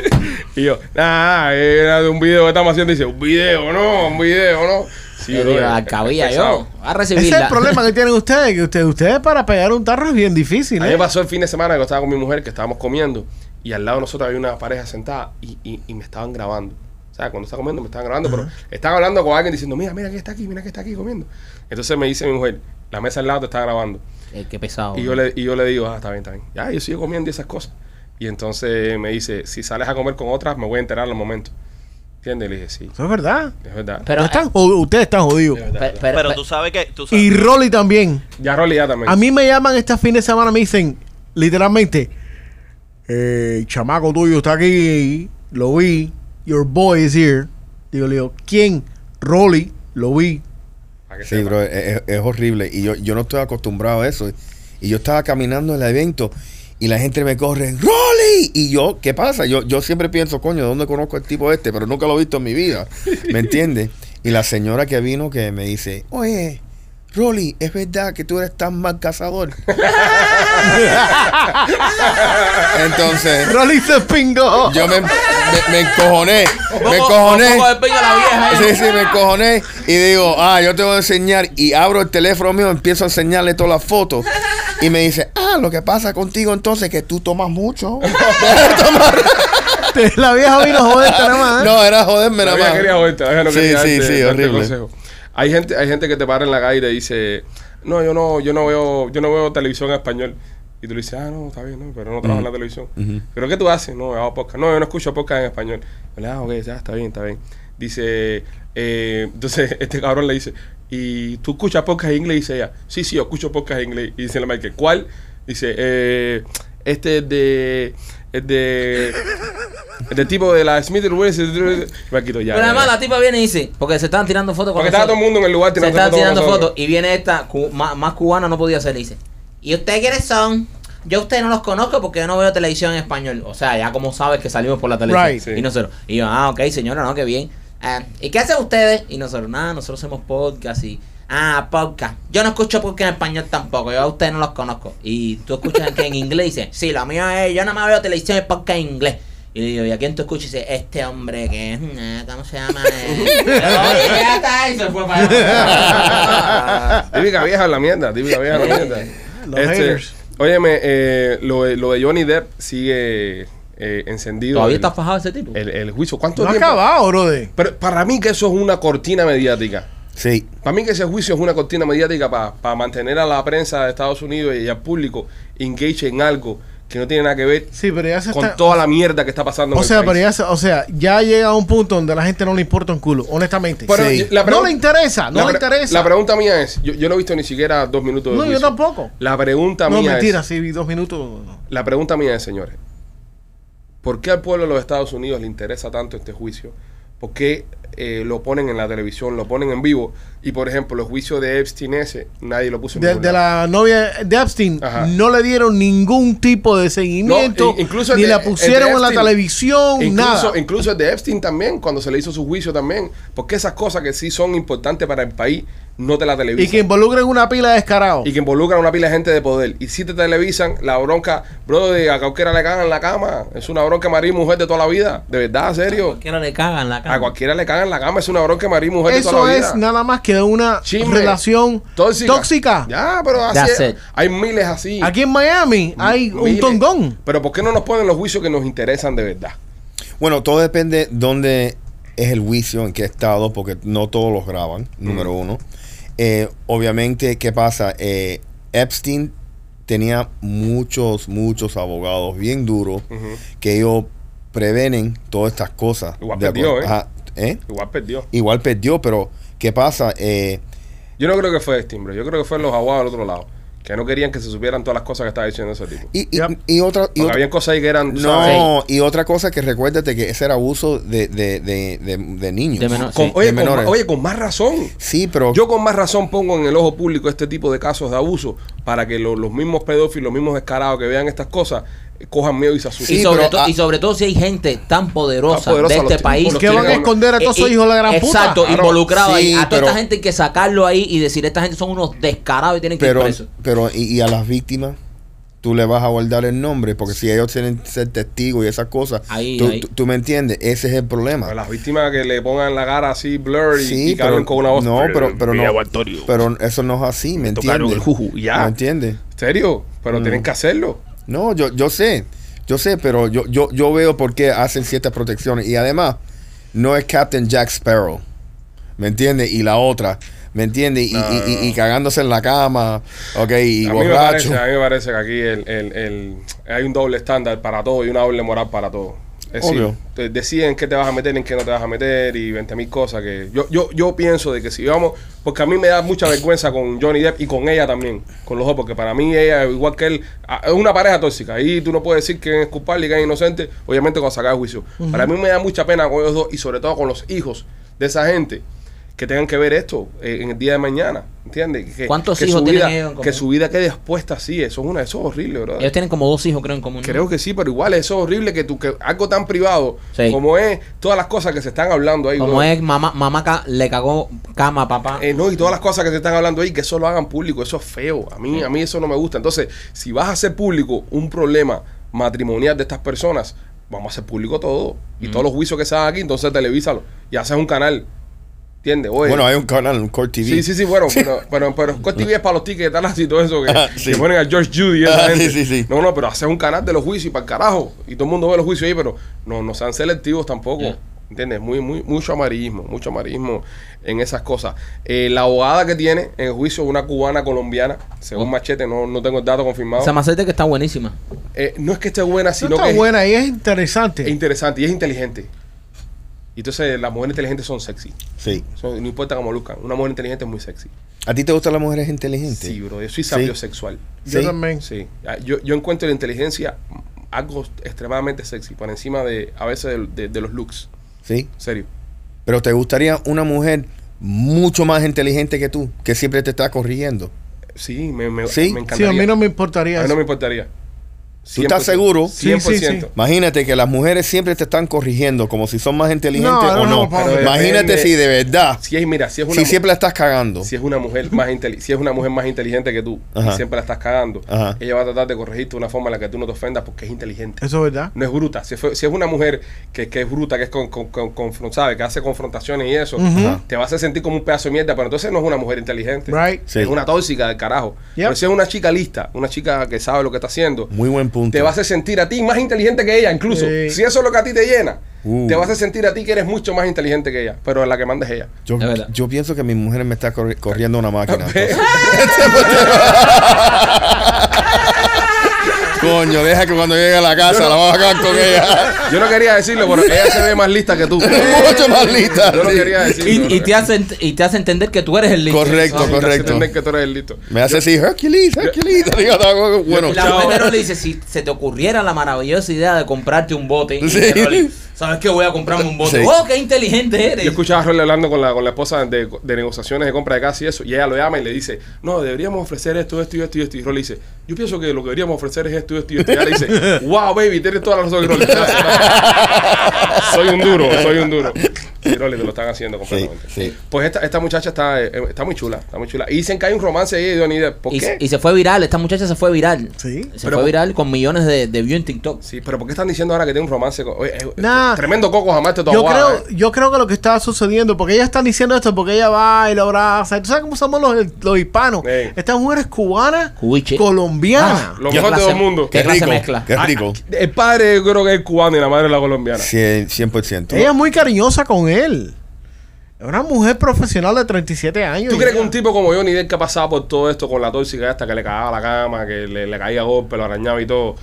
S1: y yo, nada, era de un video que estamos haciendo. Y dice, un video, ¿no? Un video, ¿no? Sí,
S3: Yo
S1: bro,
S3: digo,
S1: es-
S3: "Ah,
S1: es
S3: cabía
S1: eh,
S3: yo.
S1: pesado.
S3: Va a
S4: Ese
S3: recibirla.
S4: es el problema que tienen ustedes, que ustedes, ustedes para pegar un tarro es bien difícil.
S1: A
S4: ¿eh?
S1: mí me pasó el fin de semana que yo estaba con mi mujer, que estábamos comiendo, y al lado de nosotros había una pareja sentada y, y- y me estaban grabando. O sea, cuando estaba comiendo me estaban grabando, pero estaban hablando con alguien diciendo, mira, mira que está aquí, mira que está aquí comiendo. Entonces me dice mi mujer, la mesa al lado te está grabando.
S3: Eh, qué pesado.
S1: Y yo, le, y yo le digo, ah, está bien, está bien. Ya, yo sigo comiendo y esas cosas. Y entonces me dice, si sales a comer con otras, me voy a enterar al momento. ¿Entiendes? Y le dije, sí,
S4: Eso es verdad.
S1: es verdad.
S3: Pero, eh,
S4: No están jod- ustedes están jodidos.
S1: Es verdad.
S3: pe- pe-
S5: Pero
S3: pe-
S5: tú sabes que. Tú sabes-
S4: Y Rolly también.
S1: Ya Rolly ya también.
S4: A mí me llaman este fin de semana, me dicen, literalmente, eh, chamaco tuyo está aquí, lo vi, your boy is here. Digo, le digo, ¿quién? Rolly, lo vi.
S1: Para que
S6: Sí,
S1: sepa.
S6: bro, es, es- es horrible. Y yo, yo no estoy acostumbrado a eso. Y yo estaba caminando en el evento y la gente me corre, ¡Rolly! Y yo, ¿qué pasa? Yo, yo siempre pienso, coño, ¿de dónde conozco al tipo este? Pero nunca lo he visto en mi vida. ¿Me entiendes? Y la señora que vino que me dice, oye, Rolly, ¿es verdad que tú eres tan mal cazador? Entonces,
S4: Rolly se pingó.
S6: yo me, me, me encojoné. Me
S3: Un
S6: encojoné.
S3: poco de pinga la vieja. eh.
S6: Sí, sí, me encojoné y digo, ah, yo te voy a enseñar. Y abro el teléfono mío, empiezo a enseñarle todas las fotos. Y me dice, ah, lo que pasa contigo entonces es que tú tomas mucho.
S4: la vieja vino a joderte nada más. ¿eh?
S6: no, era joderme
S1: Pero
S6: nada
S1: ella
S6: más.
S1: quería joderte, ella no
S6: Sí,
S1: quería
S6: sí,
S1: darte-
S6: sí,
S1: darte
S6: horrible.
S1: consejo. Hay gente, hay gente que te para en la calle y te dice, no, yo no, yo no veo, yo no veo televisión en español. Y tú le dices, ah, no, está bien, no, pero no trabajo en la televisión. ¿Pero qué tú haces? No, yo hago podcast. No, yo no escucho podcast en español. Yo le digo, Ah, ok, ya, está bien, está bien. Dice, eh, entonces este cabrón le dice, ¿y tú escuchas podcast en inglés? Y dice ella, sí, sí, yo escucho podcast en inglés. Y dice la Michael, ¿cuál? Dice, eh, este es de, es de, es del Este tipo de la Smith West. Me quito ya.
S3: Pero
S1: ya,
S3: además
S1: ya.
S3: la tipa viene y dice, porque se estaban tirando fotos con
S1: Porque estaba todo
S3: nosotros.
S1: el mundo en el lugar
S3: Se
S1: tirando
S3: estaban
S1: fotos.
S3: tirando
S1: con
S3: fotos.
S1: nosotros.
S3: Y viene esta, cu- ma- más, cubana no podía ser, le dice.
S7: ¿Y usted quiénes son?
S3: Yo a ustedes no los conozco porque yo no veo televisión en español. O sea, ya como sabes que salimos por la televisión.
S4: Right.
S1: Sí.
S3: Y nosotros. Y yo, ah, ok, señora, no, qué bien. Ah, ¿Y qué hacen ustedes? Y nosotros, nada, nosotros hacemos podcast y... Ah, podcast. Yo no escucho podcast en español tampoco. Yo a ustedes no los conozco. Y tú escuchas que en inglés dice, sí, lo mío es, yo nada más veo televisión y podcast en inglés. Y le digo, ¿y a quién tú escuchas? Y dice, este hombre que es, eh, ¿cómo se llama? Eh? Yo, Oye, ya está, y se fue para allá.
S1: Típica vieja la mierda, típica vieja la mierda. Este,
S4: Los haters.
S1: Óyeme, eh, lo, de- lo de Johnny Depp sigue eh, encendido.
S3: Todavía
S1: el,
S3: está fajado ese tipo.
S1: el, el juicio. ¿Cuánto
S4: No ha
S1: tiempo?
S4: acabado, brother.
S1: Pero para mí que eso es una cortina mediática.
S6: Sí.
S1: Para mí que ese juicio es una cortina mediática para mantener a la prensa de Estados Unidos y al público engaged en algo que no tiene nada que ver
S4: Sí, pero ya se
S1: con
S4: está.
S1: toda la mierda que está pasando. en
S4: O
S1: el
S4: sea,
S1: país.
S4: pero ya, se- o sea, ya llega a un punto donde a la gente no le importa un culo, honestamente.
S1: Pero
S6: Sí.
S1: la
S4: no
S1: pregun-
S4: le interesa, no
S1: la
S4: le
S1: pre-
S4: interesa.
S1: La pregunta mía es, yo, yo no he visto ni siquiera dos minutos de
S4: No, yo
S1: juicio.
S4: tampoco.
S1: La pregunta
S4: no,
S1: mía
S4: mentira,
S1: es,
S4: sí, vi dos minutos.
S1: la pregunta mía es, señores, ¿por qué al pueblo de los Estados Unidos le interesa tanto este juicio? ¿Por qué eh, lo ponen en la televisión, lo ponen en vivo? Y, por ejemplo, el juicio de Epstein ese, nadie lo puso en
S4: De,
S1: ningún
S4: de
S1: lado.
S4: la novia de Epstein
S1: Ajá.
S4: no le dieron ningún tipo de seguimiento,
S1: No, in- incluso el
S4: ni
S1: de-
S4: la
S1: el de
S4: pusieron en la
S1: Epstein.
S4: televisión,
S1: Incluso,
S4: nada.
S1: incluso el de Epstein también, cuando se le hizo su juicio también, porque esas cosas que sí son importantes para el país, no te la televisan.
S4: Y que involucren una pila de descarados.
S1: y que involucran a una pila de gente de poder. Y si te televisan, la bronca, bro, de a cualquiera le cagan la cama. Es una bronca marido y mujer de toda la vida. De verdad, serio.
S3: Cualquiera le cagan la
S1: A
S3: cara.
S1: cualquiera le cagan la cama. Es una bronca marido y mujer de toda
S4: Eso
S1: la vida.
S4: es nada más que una
S1: Chisme.
S4: relación
S1: Tóxica.
S4: tóxica.
S1: Ya, pero así
S3: That's
S1: es.
S3: it.
S1: hay miles así.
S4: Aquí en Miami hay un
S1: Miles.
S4: tongón.
S1: Pero ¿por qué no nos ponen los juicios que nos interesan de verdad?
S6: Bueno, todo depende dónde es el juicio, en qué estado, porque no todos los graban,
S1: Mm.
S6: número uno. Eh, obviamente, ¿qué pasa? Eh, Epstein tenía muchos, muchos abogados bien duros
S1: Ujú.
S6: que ellos prevenen todas estas cosas.
S1: Igual
S6: De
S1: perdió,
S6: acuerdo-
S1: ¿eh?
S6: Ajá, ¿eh?
S1: Igual perdió.
S6: Igual perdió, pero ¿qué pasa? Eh,
S1: Yo no creo que fue Steam, bro. Yo creo que fue los abogados del otro lado. Que no querían que se supieran todas las cosas que estaba diciendo ese tipo.
S6: y, y-
S4: Yep.
S6: y otra... y
S1: Porque
S6: otra-
S1: habían cosas ahí que eran. tú sabes,
S6: no, y otra cosa que recuérdate que ese era abuso de, de, de, de- de niños.
S3: De menor-
S1: con-
S3: sí,
S1: oye,
S6: de
S1: con,
S6: menores.
S1: ma- oye, con más razón.
S6: Sí, pero...
S1: Yo con más razón pongo en el ojo público este tipo de casos de abuso para que lo- los mismos pedófilos, los mismos descarados que vean estas cosas, eh, cojan miedo y se
S3: y,
S1: asusten.
S6: Sí,
S3: sobre
S6: pero,
S3: to-
S6: ah,
S3: y sobre todo si hay gente tan poderosa,
S1: Tan poderosa
S3: de
S1: los
S3: este
S1: ti-
S3: país.
S1: los
S4: Que van a
S1: tienen-
S4: esconder a todos
S3: Eh,
S4: esos
S3: eh,
S4: hijos de la gran
S3: Exacto,
S1: Claro.
S3: involucrado ahí.
S6: Sí,
S3: A toda
S6: pero-
S3: esta gente hay que sacarlo ahí y decir, esta gente son unos descarados y tienen que
S6: pero,
S3: ir presos.
S6: pero y, y a las víctimas tú le vas a guardar el nombre porque si ellos tienen que ser testigos y esas cosas
S3: Ahí,
S6: tú,
S3: ahí.
S6: tú- tú me entiendes ese es el problema
S1: A Pues las víctimas que le pongan la cara así blurry
S6: sí
S1: y que hablen con una voz.
S6: no pero pero
S5: Mira,
S6: no
S5: Antonio,
S6: pero eso no es así me
S5: tocaron
S6: entiendes
S5: el juju, ya.
S6: me entiendes
S1: ¿En serio?
S6: Mm.
S1: Pero tienen que hacerlo.
S6: no yo yo sé yo sé pero yo yo yo veo por qué hacen ciertas protecciones y además no es Captain Jack Sparrow me entiendes y la otra me entiendes y, y- y- y cagándose en la cama ok y
S1: a, mí me
S6: borracho
S1: parece, a mí me parece que aquí el, el- el- hay un doble estándar para todo y una doble moral para todo. Es decir,
S6: Obvio.
S1: te- deciden qué te vas a meter, en qué no te vas a meter y 20 mil cosas que yo, yo, yo pienso de que si vamos, porque a mí me da mucha vergüenza con Johnny Depp y con ella también, con los dos, porque para mí ella, igual que él, a- es una pareja tóxica y tú no puedes decir que es culpable y que es inocente, obviamente con sacar juicio. Para mí me da mucha pena con ellos dos y sobre todo con los hijos de esa gente que tengan que ver esto eh, en el día de mañana, ¿entiendes? Que-
S3: ¿Cuántos
S1: que
S3: hijos
S1: su
S3: tienen
S1: vida-
S3: ellos en común?
S1: Que su vida quede expuesta así, eso es una, eso es horrible, ¿verdad?
S3: Ellos tienen como dos hijos, creo, en común. ¿no?
S1: Creo que sí, pero igual eso es horrible que tú que algo tan privado
S3: Sí.
S1: como es todas las cosas que se están hablando ahí.
S3: Como
S1: bro.
S3: es, mamá, mamá ca- le cagó cama a papá.
S1: Eh, no, y todas las cosas que se están hablando ahí, que eso lo hagan público, eso es feo. A mí, a mí eso no me gusta. Entonces, si vas a hacer público un problema matrimonial de estas personas, vamos a hacer público todo.
S3: Mm.
S1: Y todos los juicios que se hagan aquí, entonces televísalo. Y haces un canal. ¿Entiendes? Oye,
S6: bueno hay un canal un Court TV
S1: Sí, sí, sí, bueno, pero, pero, pero Scott TV es para los ticketalas y todo eso que,
S6: Ah, sí.
S1: que ponen a George Judy y esa
S6: Ah, sí,
S1: gente.
S6: sí, sí.
S1: No, no, pero hacer un canal de los juicios y para el carajo. Y todo el mundo ve los juicios ahí, pero no, no sean selectivos tampoco.
S3: Ya.
S1: ¿Entiendes? Muy, muy, mucho amarillismo, mucho amarillismo en esas cosas. Eh, la abogada que tiene en el juicio es una cubana colombiana, según
S3: Oh.
S1: Machete, no, no tengo el dato confirmado.
S3: Esa macete que está buenísima.
S1: Eh, no es que esté buena,
S4: Eso
S1: sino
S4: está
S1: que es-
S4: buena y es
S1: es,
S4: interesante.
S1: interesante y es inteligente. Y entonces las mujeres inteligentes son sexy.
S6: sí
S1: Son- no importa cómo luzcan, una mujer inteligente es muy sexy.
S6: ¿A ti te gustan las mujeres inteligentes?
S1: Sí, bro, yo soy
S6: Sí.
S1: sabio sexual.
S4: Yo
S6: Sí.
S4: también.
S1: Sí, Ah, yo, yo encuentro la inteligencia algo extremadamente sexy, por encima de a veces del- de, de los looks.
S6: Sí.
S1: En serio.
S6: Pero te gustaría una mujer mucho más inteligente que tú, que siempre te está corrigiendo.
S1: Sí, me, me,
S6: Sí.
S1: me
S4: Sí,
S1: encantaría.
S4: a mí no me
S1: A
S4: importaría
S1: mí no
S4: eso.
S1: me importaría.
S6: ¿Tú estás seguro?
S4: Sí, sí,
S1: 100%.
S4: sí.
S6: Imagínate que las mujeres siempre te están corrigiendo, como si son más inteligentes
S4: No, no,
S6: o
S4: no,
S6: no.
S4: Pablo.
S6: Imagínate
S1: Depende.
S6: si de verdad,
S1: Si es, mira, si es una
S6: si
S1: mu-
S6: siempre la estás cagando.
S1: si es una mujer más inteli- si es una mujer más inteligente que tú y
S6: Ajá.
S1: siempre la estás cagando,
S6: Ajá.
S1: ella va a tratar de corregirte de una forma en la que tú no te ofendas porque es inteligente.
S4: Eso es verdad.
S1: No es bruta. Si, fue- si es una mujer que, que es bruta, que es con, con, con- con- ¿sabe? que hace confrontaciones y eso,
S4: Ujú.
S1: te vas a sentir como un pedazo de mierda, pero entonces no es una mujer inteligente.
S4: Right.
S6: Sí.
S1: Es una tóxica del carajo.
S4: Yep.
S1: Pero si es una chica lista, una chica que sabe lo que está haciendo,
S6: Muy buen punto.
S1: te vas a sentir a ti más inteligente que ella, incluso.
S4: Sí.
S1: Si eso es lo que a ti te llena,
S6: Uh.
S1: te vas a sentir a ti que eres mucho más inteligente que ella, pero la que manda es ella.
S6: Yo,
S3: Es verdad.
S6: yo pienso que mi mujer me está corri- corriendo una máquina.
S1: Ve.
S6: entonces. Coño, deja que cuando llegue a la casa la vamos a cagar con ella.
S1: Yo no quería decirlo, pero ella se ve más lista que tú.
S6: Mucho más lista.
S1: Yo no
S6: sí.
S1: quería decirlo.
S3: Y, y te hace, ent- y te hace entender que tú eres el líder.
S6: Correcto,
S1: Sí, te hace
S6: correcto.
S1: entender que tú eres el listo.
S6: Me hace así, Hercules, Hercules. Digo, no, bueno,
S3: Y la mujer no le dice, si se te ocurriera la maravillosa idea de comprarte un bote, y
S6: Sí.
S3: dice Rolly, ¿sabes que voy a comprarme un bote?
S6: Sí.
S3: ¡Oh, qué inteligente
S6: Este,
S3: eres!
S1: Yo escuchaba a Rolly hablando con la, con la esposa de, de negociaciones de compra de casa y eso, y ella lo llama y le dice, no, deberíamos ofrecer esto, esto y esto y esto. Y Rolly dice, yo pienso que lo que deberíamos ofrecer es esto, esto y esto. Y ella le dice, wow, baby, tienes toda la razón. Y Rolly, "Gracias". soy un duro, soy un duro. Y Rolly, te lo están haciendo completamente.
S6: Sí, sí.
S1: Pues esta, esta muchacha está, eh, está muy chula, está muy chula. Y dicen que hay un romance ahí de Johnny Depp. ¿Por
S3: y,
S1: qué?
S3: y se fue viral, esta muchacha se fue viral.
S4: Sí.
S3: Se
S1: Pero-
S3: fue viral con millones de, de views en TikTok.
S1: Sí, pero ¿por qué están diciendo ahora que tiene un romance? Con, oye, eh,
S4: Nah.
S1: Tremendo coco jamás te eh.
S4: Yo creo, yo creo que lo que está sucediendo, porque ellas están diciendo esto, porque ella va y lo abraza. ¿Tú sabes cómo somos los, los hispanos?
S1: Ey.
S4: Estas mujeres cubanas,
S3: Cubiche.
S4: colombianas.
S3: Ah,
S1: Lo
S3: Qué
S1: mejor de
S3: clase-
S1: dos mundos.
S6: qué
S3: clase
S6: rico.
S3: mezcla.
S6: Qué rico.
S1: El padre yo creo que es cubano y la madre es la colombiana.
S6: Cien- 100%.
S4: ella es muy cariñosa con él. Es una mujer profesional de 37 años.
S1: ¿Tú crees que
S4: ya.
S1: un tipo como Johnny Depp que ha pasado por todo esto con la tóxica esta que le cagaba la cama, que le, le caía golpe, lo arañaba y todo,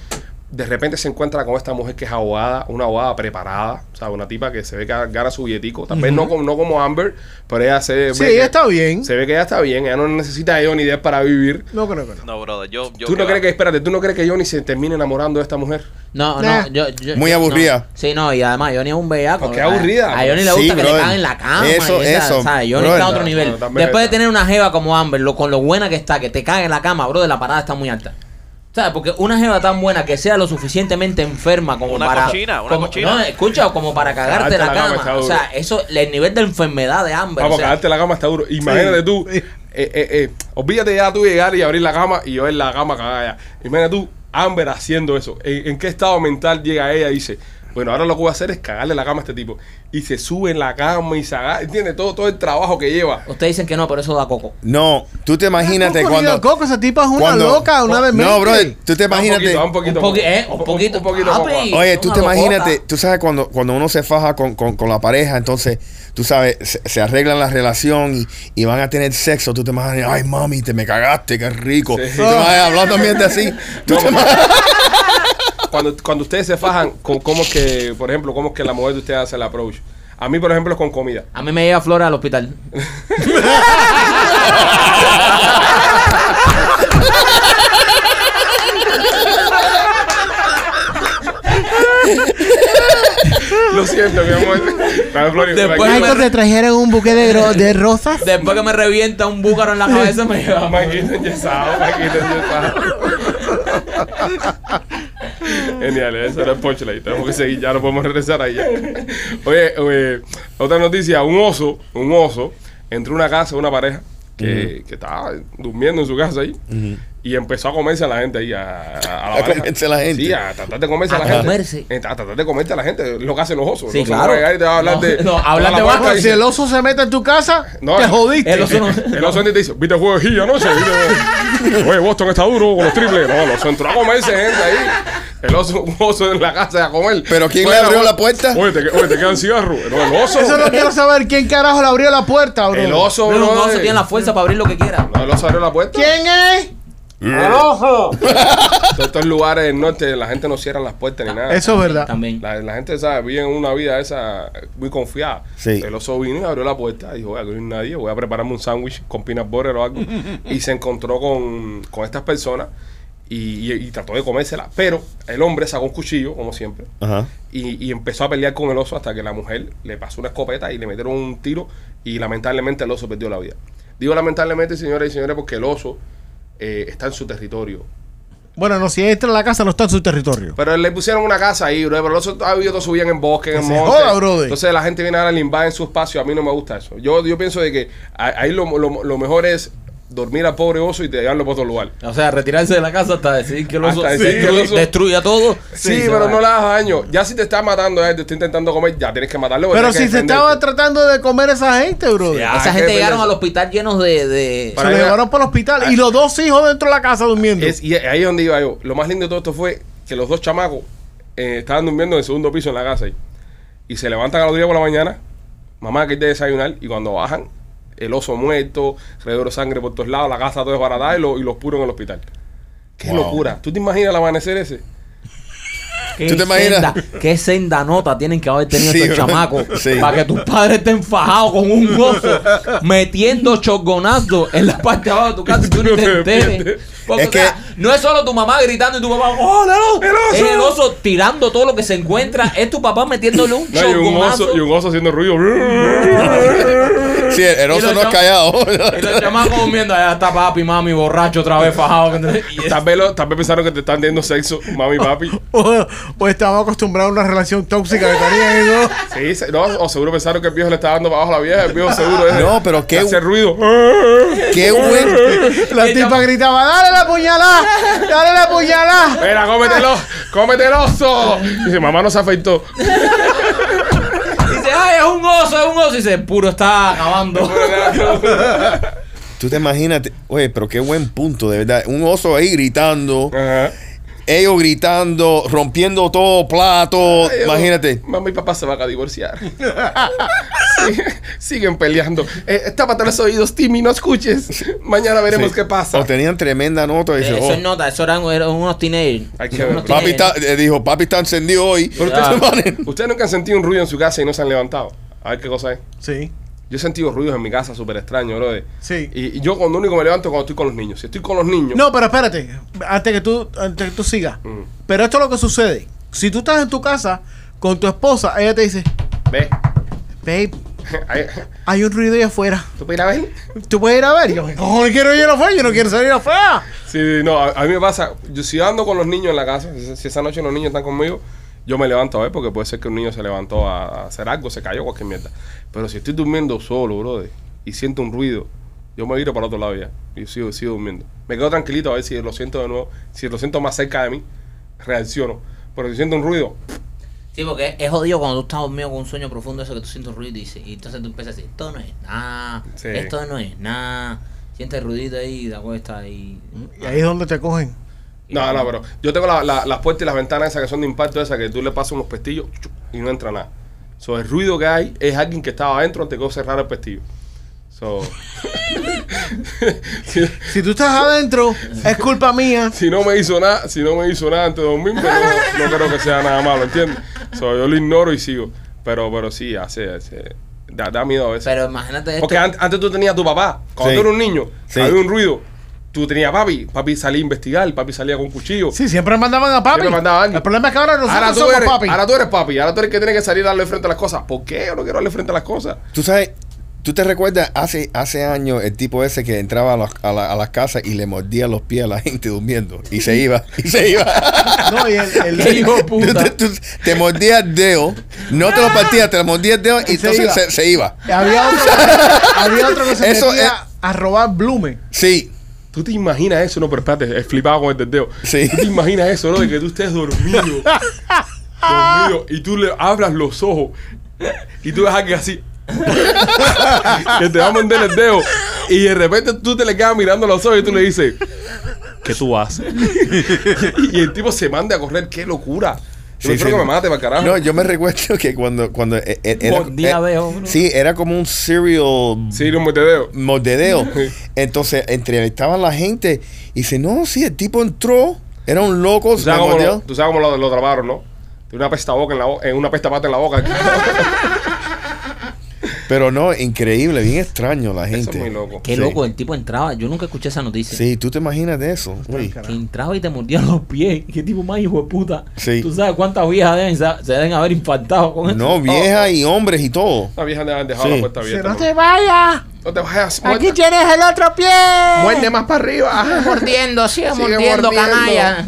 S1: de repente se encuentra con esta mujer que es abogada, una abogada preparada, o sea, una tipa que se ve que gana su billetico, tal vez no, como, no como Amber, pero ella se
S4: Sí,
S1: ve
S4: ella
S1: que-
S4: está bien.
S1: Se ve que ella está bien, ella no necesita de Johnny Depp para vivir.
S4: No creo que no.
S5: No, brother, yo. yo
S1: ¿Tú no
S5: va.
S1: crees que, espérate, tú no crees que Johnny se termine enamorando de esta mujer?
S3: No,
S4: Nah.
S3: no, yo, yo-
S6: Muy
S3: yo-
S6: aburrida.
S3: no. Sí, no, y además Johnny es un bellaco.
S1: Porque aburrida.
S3: A, a Johnny le
S6: Sí,
S3: gusta que
S6: brother.
S3: le caguen la cama.
S6: Eso,
S3: y esa,
S6: eso,
S3: ¿sabes? Johnny
S6: brother.
S3: está a otro
S1: No,
S3: nivel.
S1: no, también
S3: Después de
S1: está.
S3: tener una jeva como Amber, lo, con lo buena que está, que te cague en la cama, bro, de la parada está muy alta. ¿Sabes? Porque una jeva tan buena que sea lo suficientemente enferma como
S5: Una
S3: para.
S5: cochina, una
S3: como-
S5: cochina.
S3: No, escucha, como para cagarte la,
S1: la cama
S3: cama.
S1: está
S3: o sea, eso, el nivel de enfermedad de Amber.
S1: Vamos,
S3: o sea,
S1: cagarte la cama está duro. Imagínate
S4: Sí.
S1: tú, eh, eh, eh, olvídate ya tú llegar y abrir la cama y yo en la cama cagada ya. Imagínate tú, Amber haciendo eso. ¿En, en qué estado mental llega ella y dice, bueno, ahora lo que voy a hacer es cagarle la cama a este tipo? Y se sube en la cama y se agarra, ¿entiendes? Todo, todo el trabajo que lleva.
S3: Ustedes dicen que no, pero eso da coco.
S6: No, tú te imagínate
S4: Coco,
S6: cuando.
S4: Liga Coco, esa tipa es una
S6: cuando-
S4: loca, una demente.
S6: No, bro, tú te imagínate.
S1: Va Un poquito, va
S3: Un
S1: un poquito.
S3: poqui- eh, un poquito,
S1: Un poquito.
S3: papi.
S1: poco.
S6: Oye,
S3: es
S6: tú
S3: una
S6: te
S3: locota.
S6: imagínate, tú sabes cuando, cuando uno se faja con, con- con la pareja, entonces, tú sabes, se, se arreglan la relación y, y van a tener sexo, tú te imaginas, ay mami, te me cagaste, qué rico.
S1: Sí.
S6: Tú te imaginas hablando ambiente así. Tú
S1: No, pues,
S6: te
S1: porque-
S6: imaginas-
S1: cuando, cuando ustedes se fajan, con, ¿cómo es que, por ejemplo, cómo es que la mujer de ustedes hace el approach? A mí, por ejemplo, es con comida.
S3: A mí me lleva Flora al hospital.
S1: Lo siento, mi amor. Dame, Florio, por
S3: Después
S1: aquí.
S3: me-
S4: pues, te trajeron un buque de, ro- de rosas.
S3: Después que me revienta un búcaro en la cabeza, me
S1: Ah,
S3: lleva.
S1: Manguito enyesado, manguito enyesado. Genial, ¿eh? eso era el punchline. Tenemos que seguir, ya no podemos regresar ahí. ya. Oye, oye, otra noticia: un oso, un oso, entró a una casa, una pareja que, que estaba durmiendo en su casa ahí y empezó a comerse a la gente ahí. A, a, la
S6: A
S1: pareja.
S6: comerse a la gente.
S1: Sí, a tratar de comerse a,
S3: A
S1: la
S3: comerse.
S1: gente. Eh, A tratar de comerse a la gente, lo que hacen los osos.
S3: Sí,
S1: Los osos
S3: claro.
S1: van a llegar y te van a hablar
S3: No,
S1: de.
S3: no,
S1: toda
S3: hablan
S1: la
S3: de
S1: puerta
S3: vaca
S1: y
S4: Si
S1: dicen,
S4: el oso se mete en tu casa,
S1: No, eh,
S4: te
S1: el-
S4: jodiste.
S3: El oso no.
S1: el oso entra y te dice, viste el juego de Gil anoche. ¿Viste? Oye, Boston está duro con los triples. No, el oso entró a comerse gente ahí. El oso, un oso en la casa a comer.
S6: Pero ¿quién
S1: Oye,
S6: le abrió la puerta?
S1: Oye, te, que- oye, te quedan cigarros. No, el oso.
S4: Eso no quiero saber quién carajo le abrió la puerta, bro.
S1: el oso,
S3: Pero un
S1: brother.
S3: oso tiene la fuerza para abrir lo que quiera.
S1: No, el oso abrió la puerta.
S4: ¿Quién es?
S1: El oso. Todos estos lugares del norte, la gente no cierra las puertas ni nada.
S4: Eso es verdad.
S3: También.
S1: La, la gente sabe, vive una vida esa muy confiada.
S6: Sí.
S1: El oso vino y abrió la puerta. Dijo, voy a hay nadie, voy a prepararme un sándwich con peanut butter o algo. y se encontró con, con estas personas y, y- y trató de comérsela. Pero el hombre sacó un cuchillo, como siempre,
S6: Ajá.
S1: y, y empezó a pelear con el oso hasta que la mujer le pasó una escopeta y le metieron un tiro. Y lamentablemente el oso perdió la vida. Digo lamentablemente, señoras y señores, porque el oso eh, está en su territorio.
S4: Bueno, no, si entra en la casa no está en su territorio.
S1: Pero le pusieron una casa ahí, bro. Pero los otros ha vivido toda su vida en el bosque, en
S4: Que
S1: el
S4: se
S1: monte.
S4: joda, brother.
S1: Entonces la gente viene ahora a limbar en su espacio. A mí no me gusta eso. Yo, yo pienso de que a- ahí lo, lo- lo mejor es dormir al pobre oso y te llevarlo para otro lugar.
S3: O sea, retirarse de la casa hasta decir que el oso,
S1: Hasta decir
S3: sí,
S1: que el oso-
S3: destruya todo.
S1: Sí,
S3: se
S1: pero
S3: va.
S1: no le hagas daño. Ya si te está matando, eh, te está intentando comer, ya tienes que matarlo. porque
S4: Pero
S1: tienes que
S4: si se
S1: defenderte.
S4: estaba tratando de comer esa gente, bro.
S1: Ya,
S3: Esa
S1: qué
S3: gente llegaron
S1: pendejo.
S3: al hospital llenos de. de-
S1: Para
S4: se lo
S1: allá.
S4: llevaron para el hospital. Y los dos hijos dentro de la casa durmiendo.
S1: Es- y ahí es donde iba yo. Lo más lindo de todo esto fue que que los dos chamacos eh, estaban durmiendo en el segundo piso en la casa ahí. Y se levantan a los días por la mañana, mamá que hay que desayunar, y cuando bajan, el oso muerto, alrededor de sangre por todos lados, la casa toda desbaratada y, lo- y los puros en el hospital. ¡Qué
S6: Wow.
S1: locura! ¿Tú te imaginas el amanecer ese?
S3: ¿Qué
S6: ¿Tú te imaginas?
S3: Senda, ¿Qué senda nota tienen que haber tenido
S6: Sí,
S3: estos
S6: bro.
S3: chamacos
S6: Sí.
S3: para que tus padres estén fajados con un gozo metiendo chogonazos en la parte de abajo de tu casa y tú ni te enteres? Porque,
S6: Es
S3: o sea, no es solo tu mamá gritando y tu papá, ¡Oh, no!
S1: ¡El oso!
S3: Es el oso tirando todo lo que se encuentra. Es tu papá metiéndole un
S1: No, y un
S3: chogonazo.
S1: oso, y un oso haciendo ruido.
S6: Sí, el, el
S3: Y
S6: oso
S3: los
S6: no es
S3: cham- Y
S6: callado.
S3: los chamacos durmiendo, allá está papi, mami, borracho otra vez fajado. Y
S1: tal, vez lo- tal vez pensaron que te están dando sexo, mami y papi.
S4: O, o estaba acostumbrado a una relación tóxica que tenía y no.
S1: Sí, se- no, o seguro pensaron que el viejo le estaba dando para abajo a la vieja. El viejo seguro ¿eh? es.
S6: No, pero qué-
S1: Hace ruido.
S6: Qué buen.
S4: La tipa gritaba, dale la puñalada, dale la puñalada.
S1: Mira, cómetelo, cómete el oso. Dice, mamá no se afeitó.
S3: dice, ¡ay, es un oso, es un oso! Y dice, puro está acabando.
S6: Tú te imaginas, oye, pero qué buen punto, de verdad. Un oso ahí gritando,
S1: Ajá.
S6: ellos gritando, rompiendo todo plato. Imagínate.
S1: Mamá y papá se van a divorciar. Sí, siguen peleando. Eh, tápate los oídos, Timmy, no escuches. Mañana veremos
S6: Sí.
S1: qué pasa.
S6: O tenían tremenda nota. Dice,
S3: eso
S6: oh,
S3: es nota, eso eran, eran unos teenagers.
S1: Hay que ver,
S3: Unos
S1: bro.
S6: papi
S3: teenagers.
S6: está, eh, dijo, papi está encendido hoy. Ah.
S1: Ustedes nunca han sentido un ruido en su casa y no se han levantado. A ver qué cosa es.
S4: Sí,
S1: Yo he sentido ruidos en mi casa súper extraños, bro.
S4: sí.
S1: Y, y yo cuando único me levanto es cuando estoy con los niños. Si estoy con los niños.
S4: No, pero espérate, antes que tú, antes que tú sigas.
S1: Mm.
S4: Pero esto es lo que sucede. Si tú estás en tu casa con tu esposa, ella te dice,
S1: Ve.
S4: babe,
S1: Ahí-
S4: hay un ruido ahí afuera.
S1: ¿Tú puedes ir a ver?
S4: ¿Tú puedes ir a ver? Y Yo, ¿qué cojones quiero ir afuera? Yo no quiero salir afuera.
S1: Sí, no, a, a mí me pasa, yo si ando con los niños en la casa, si, si esa noche los niños están conmigo, yo me levanto a ver porque puede ser que un niño se levantó a, a hacer algo, se cayó, cualquier mierda. Pero si estoy durmiendo solo, brother, y siento un ruido, yo me viro para el otro lado ya y sigo, sigo durmiendo. Me quedo tranquilito a ver si lo siento de nuevo, si lo siento más cerca de mí, reacciono. Pero si siento un ruido,
S3: Sí, porque es jodido cuando tú estás dormido con un sueño profundo, eso que tú sientes ruido y, dices- y entonces tú empiezas a decir, esto no es nada,
S1: Sí.
S3: esto no es nada. Sientes ruidito ahí, te acuestas y...
S6: Mm.
S4: Y ahí es donde te cogen.
S1: No, no, pero yo tengo la- la- las puertas y las ventanas esas que son de impacto, esas que tú le pasas unos pestillos chu, y no entra nada. So, el ruido que hay es alguien que estaba adentro antes que yo cerrar el pestillo. So, si,
S4: Si tú estás adentro, es culpa mía.
S1: si no me hizo nada, si no me hizo nada antes de dormir, pero no, no creo que sea nada malo, ¿entiendes? So, yo lo ignoro y sigo. Pero, pero sí, hace, hace- da, da miedo a veces.
S3: Pero imagínate esto.
S1: Porque an- antes tú tenías a tu papá. Cuando
S6: Sí.
S1: tú eras un niño,
S6: Sí.
S1: había un ruido. Tú tenías a papi. Papi salía a investigar, papi salía con cuchillo.
S4: Sí, siempre mandaban a papi.
S1: Siempre mandaban a alguien.
S4: El problema es que ahora nosotros
S1: Ahora tú,
S4: somos
S1: eres,
S4: papi.
S1: ahora tú eres papi, ahora tú eres el que tiene que salir a darle frente a las cosas. ¿Por qué yo no quiero darle frente a las cosas?
S6: Tú sabes, tú te recuerdas hace, hace años el tipo ese que entraba a, los- a la- a las casas y le mordía los pies a la gente durmiendo y se iba, y se iba.
S4: No, y el, el-
S3: Qué hijo de puta.
S6: Tú- tú- tú- te mordía el dedo, no te lo partías, te lo mordía el dedo y
S4: Y se
S6: entonces
S4: iba.
S6: Se, se iba.
S4: había, otro, había otro que se
S6: Eso
S4: metía
S6: es-
S4: a robar blume.
S6: Sí,
S1: ¿Tú te imaginas eso? No, pero espérate, es flipado con el teteo.
S6: Sí.
S1: ¿Tú te imaginas eso, no? De que tú estés dormido. dormido. Y tú le abras los ojos. Y tú ves a alguien así. que te va a morder el dedo. Y de repente tú te le quedas mirando los ojos y tú le dices, ¿qué tú haces? y el tipo se manda a correr. ¡Qué locura! Yo
S6: Sí,
S1: prefiero
S6: sí.
S1: que me mate para carajo.
S6: no, yo me recuerdo que cuando, cuando eh, eh, era,
S3: Buen día,
S6: eh,
S3: veo, bro.
S6: sí, era como un serial
S1: Sí, no me te dedo.
S6: mordedeo. Entonces entrevistaban a la gente y dice, no, sí, el tipo entró, era un loco,
S1: Tú
S6: se
S1: sabes cómo,
S6: mordió.
S1: lo, tú sabes cómo lo, lo trabaron, ¿no? Tiene una pesta boca en la boca, una pesta pata en la boca.
S6: Pero no, increíble, bien extraño la gente.
S1: Eso es muy loco.
S3: Qué
S6: Sí.
S3: loco, el tipo entraba. Yo nunca escuché esa noticia.
S6: Sí, tú te imaginas de eso. Uy.
S3: Que entraba y te mordía los pies. Qué tipo más hijo de puta.
S6: Sí.
S3: Tú sabes cuántas viejas deben, sa- se deben haber infartado con esto.
S1: Oh.
S6: No, vieja y hombres y todo.
S1: La vieja le han dejado
S6: Sí.
S1: la puerta
S4: Si
S1: abierta.
S4: no
S1: ¿no?
S4: te vayas,
S1: No te vayas.
S4: aquí
S1: muerte.
S4: tienes el otro pie.
S1: Muerde más para arriba.
S3: Mordiendo, sigue,
S1: Sigue
S3: mordiendo,
S1: mordiendo.
S3: canalla.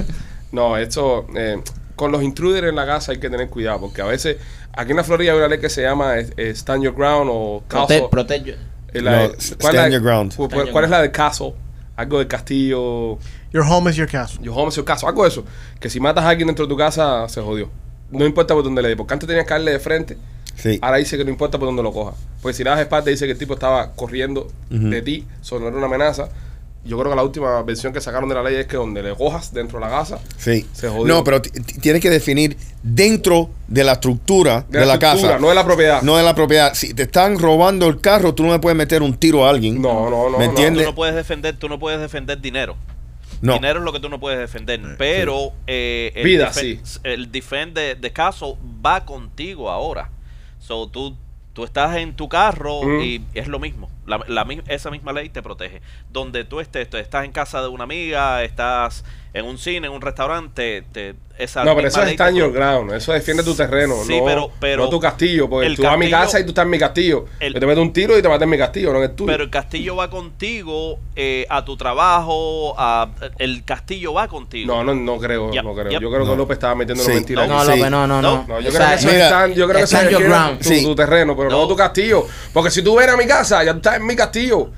S1: No, esto. eh, con los intruders en la casa hay que tener cuidado porque a veces. Aquí en la Florida hay una ley que se llama eh, eh, Stand Your Ground o Castle.
S3: Prote- protege.
S1: eh, la-
S6: No,
S1: ¿cuál es
S6: Stand
S1: la-
S6: Your Ground.
S1: cu- ¿Cuál, es la de Castle? Algo de castillo.
S4: Your home is your castle.
S1: Yo home your caso, algo de eso. Que si matas a alguien dentro de tu casa, se jodió. No importa por dónde le dé, porque antes tenías que darle de frente.
S6: Sí.
S1: Ahora dice que no importa por dónde lo coja. Porque si le das espalda, dice que el tipo estaba corriendo de ti, sonó una amenaza. yo creo que la última versión que sacaron de la ley es que donde le cojas dentro de la casa,
S6: Sí.
S1: Se jodió.
S6: No, pero ti- ti- tienes que definir dentro de la estructura de, la,
S1: estructura,
S6: casa.
S1: no de la propiedad.
S6: No de la propiedad. Si te están robando el carro, tú no le puedes meter un tiro a alguien.
S1: No, no, no,
S6: ¿Me
S1: no.
S5: Tú
S6: entiendes?
S5: no puedes defender, tú no puedes defender dinero.
S6: No.
S5: Dinero es lo que tú no puedes defender. Pero eh, el
S1: Vida,
S5: defen- El defend de, de caso va contigo ahora. So, tú, tú estás en tu carro
S1: Mm.
S5: y es lo mismo. La, la mi- esa misma ley te protege. Donde tú estés, tú estás en casa de una amiga, estás en un cine, en un restaurante, te- esa
S1: No, pero
S5: misma
S1: eso es
S5: ley te
S1: stand your
S5: pro-
S1: ground. Eso defiende tu terreno.
S5: Sí,
S1: no,
S5: pero- pero
S1: no tu castillo. Porque
S5: el
S1: tú vas a mi
S5: castillo-
S1: casa y tú estás en mi castillo.
S5: el-
S1: Yo te meto un tiro y te maté en mi castillo, no en el tuyo.
S5: Pero el castillo va contigo eh, a tu trabajo, a, el castillo va contigo.
S1: no, no, no creo,
S5: Yep,
S1: no creo.
S5: yep.
S1: Yo creo
S6: No.
S1: que López estaba metiendo
S6: Sí.
S1: una mentira. ahí.
S3: No,
S6: Sí.
S3: López, no, no,
S5: No,
S3: no.
S1: No, yo creo
S3: O sea,
S1: que eso es
S6: mira,
S1: tan- yo creo que eso
S3: stand
S1: es
S3: your
S1: que era
S3: ground.
S1: Tu,
S6: Sí.
S1: tu terreno, pero no.
S5: No.
S1: tu castillo. Porque si tú vienes a mi casa, ya tú estás en mi castillo.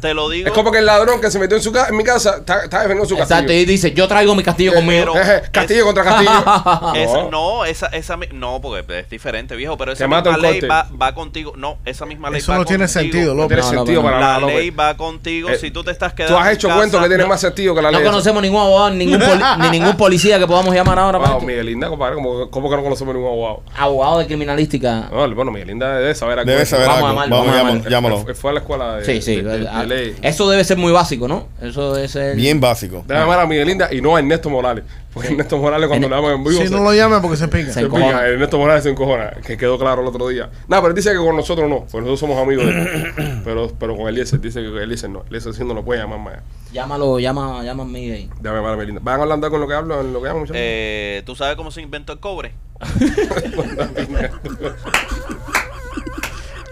S5: Te lo digo.
S1: Es como que el ladrón que se metió en, su ca- en mi casa está, está defendiendo su
S3: Exacto,
S1: castillo.
S3: y dice, yo traigo mi castillo conmigo.
S1: Eje, castillo
S5: Es-
S1: contra
S3: Ah,
S1: castillo.
S5: Esa-
S1: No.
S5: no, esa, esa, mi- no, porque es diferente, viejo, pero esa
S1: Te mata
S5: misma
S1: un
S5: ley
S1: corte.
S5: va, va contigo. No, esa misma ley
S4: Eso
S5: va
S4: no tiene
S5: contigo.
S4: sentido,
S1: No
S4: López.
S1: tiene
S3: No, no,
S1: sentido
S3: no.
S1: para
S5: La
S1: nada, López.
S5: ley va contigo
S1: Eh,
S5: si tú te estás quedando
S1: Tú has
S5: en
S1: hecho
S5: casa-
S1: cuentos que tienen
S5: No,
S1: más sentido que la
S3: No
S1: ley.
S3: conocemos ningún abogado, ningún poli- ni ningún policía que podamos llamar ahora. para
S1: Wow,
S3: esto.
S1: Miguelinda, compadre, ¿cómo, cómo que no conocemos ningún abogado?
S3: Abogado de criminalística.
S1: No, bueno, Miguelinda debe saber algo.
S6: Debes saber
S3: Vamos a
S6: algo.
S3: llamarlo,
S6: Vamos,
S3: vamos a
S6: llámalo,
S3: llamarlo.
S6: llámalo.
S1: Fue- Fue a la escuela de,
S3: Sí, sí.
S1: de- de-
S3: ah,
S1: de ley.
S3: eso debe ser muy básico, ¿no? Eso debe ser...
S6: Bien básico.
S1: Debe llamar a Miguelinda y no a Ernesto Morales. Porque Ernesto Morales cuando le damos en vivo
S4: Si
S1: se-
S4: no lo llama porque se pinga.
S1: se
S3: Se encojona.
S1: pica. Ernesto Morales se encojona, que quedó claro el otro día. Nada, pero él dice que con nosotros no, porque nosotros somos amigos de él. Pero, pero con Eliezer dice que con Eliezer no. Eliezer sí no lo puede llamar más.
S3: Llámalo, llama, llama a Miguel.
S1: Déjame llamar a Miguelinda. ¿Van a hablar con lo que hablo, en lo que llamo, muchachos?
S5: Eh, ¿Tú sabes cómo se inventó el cobre?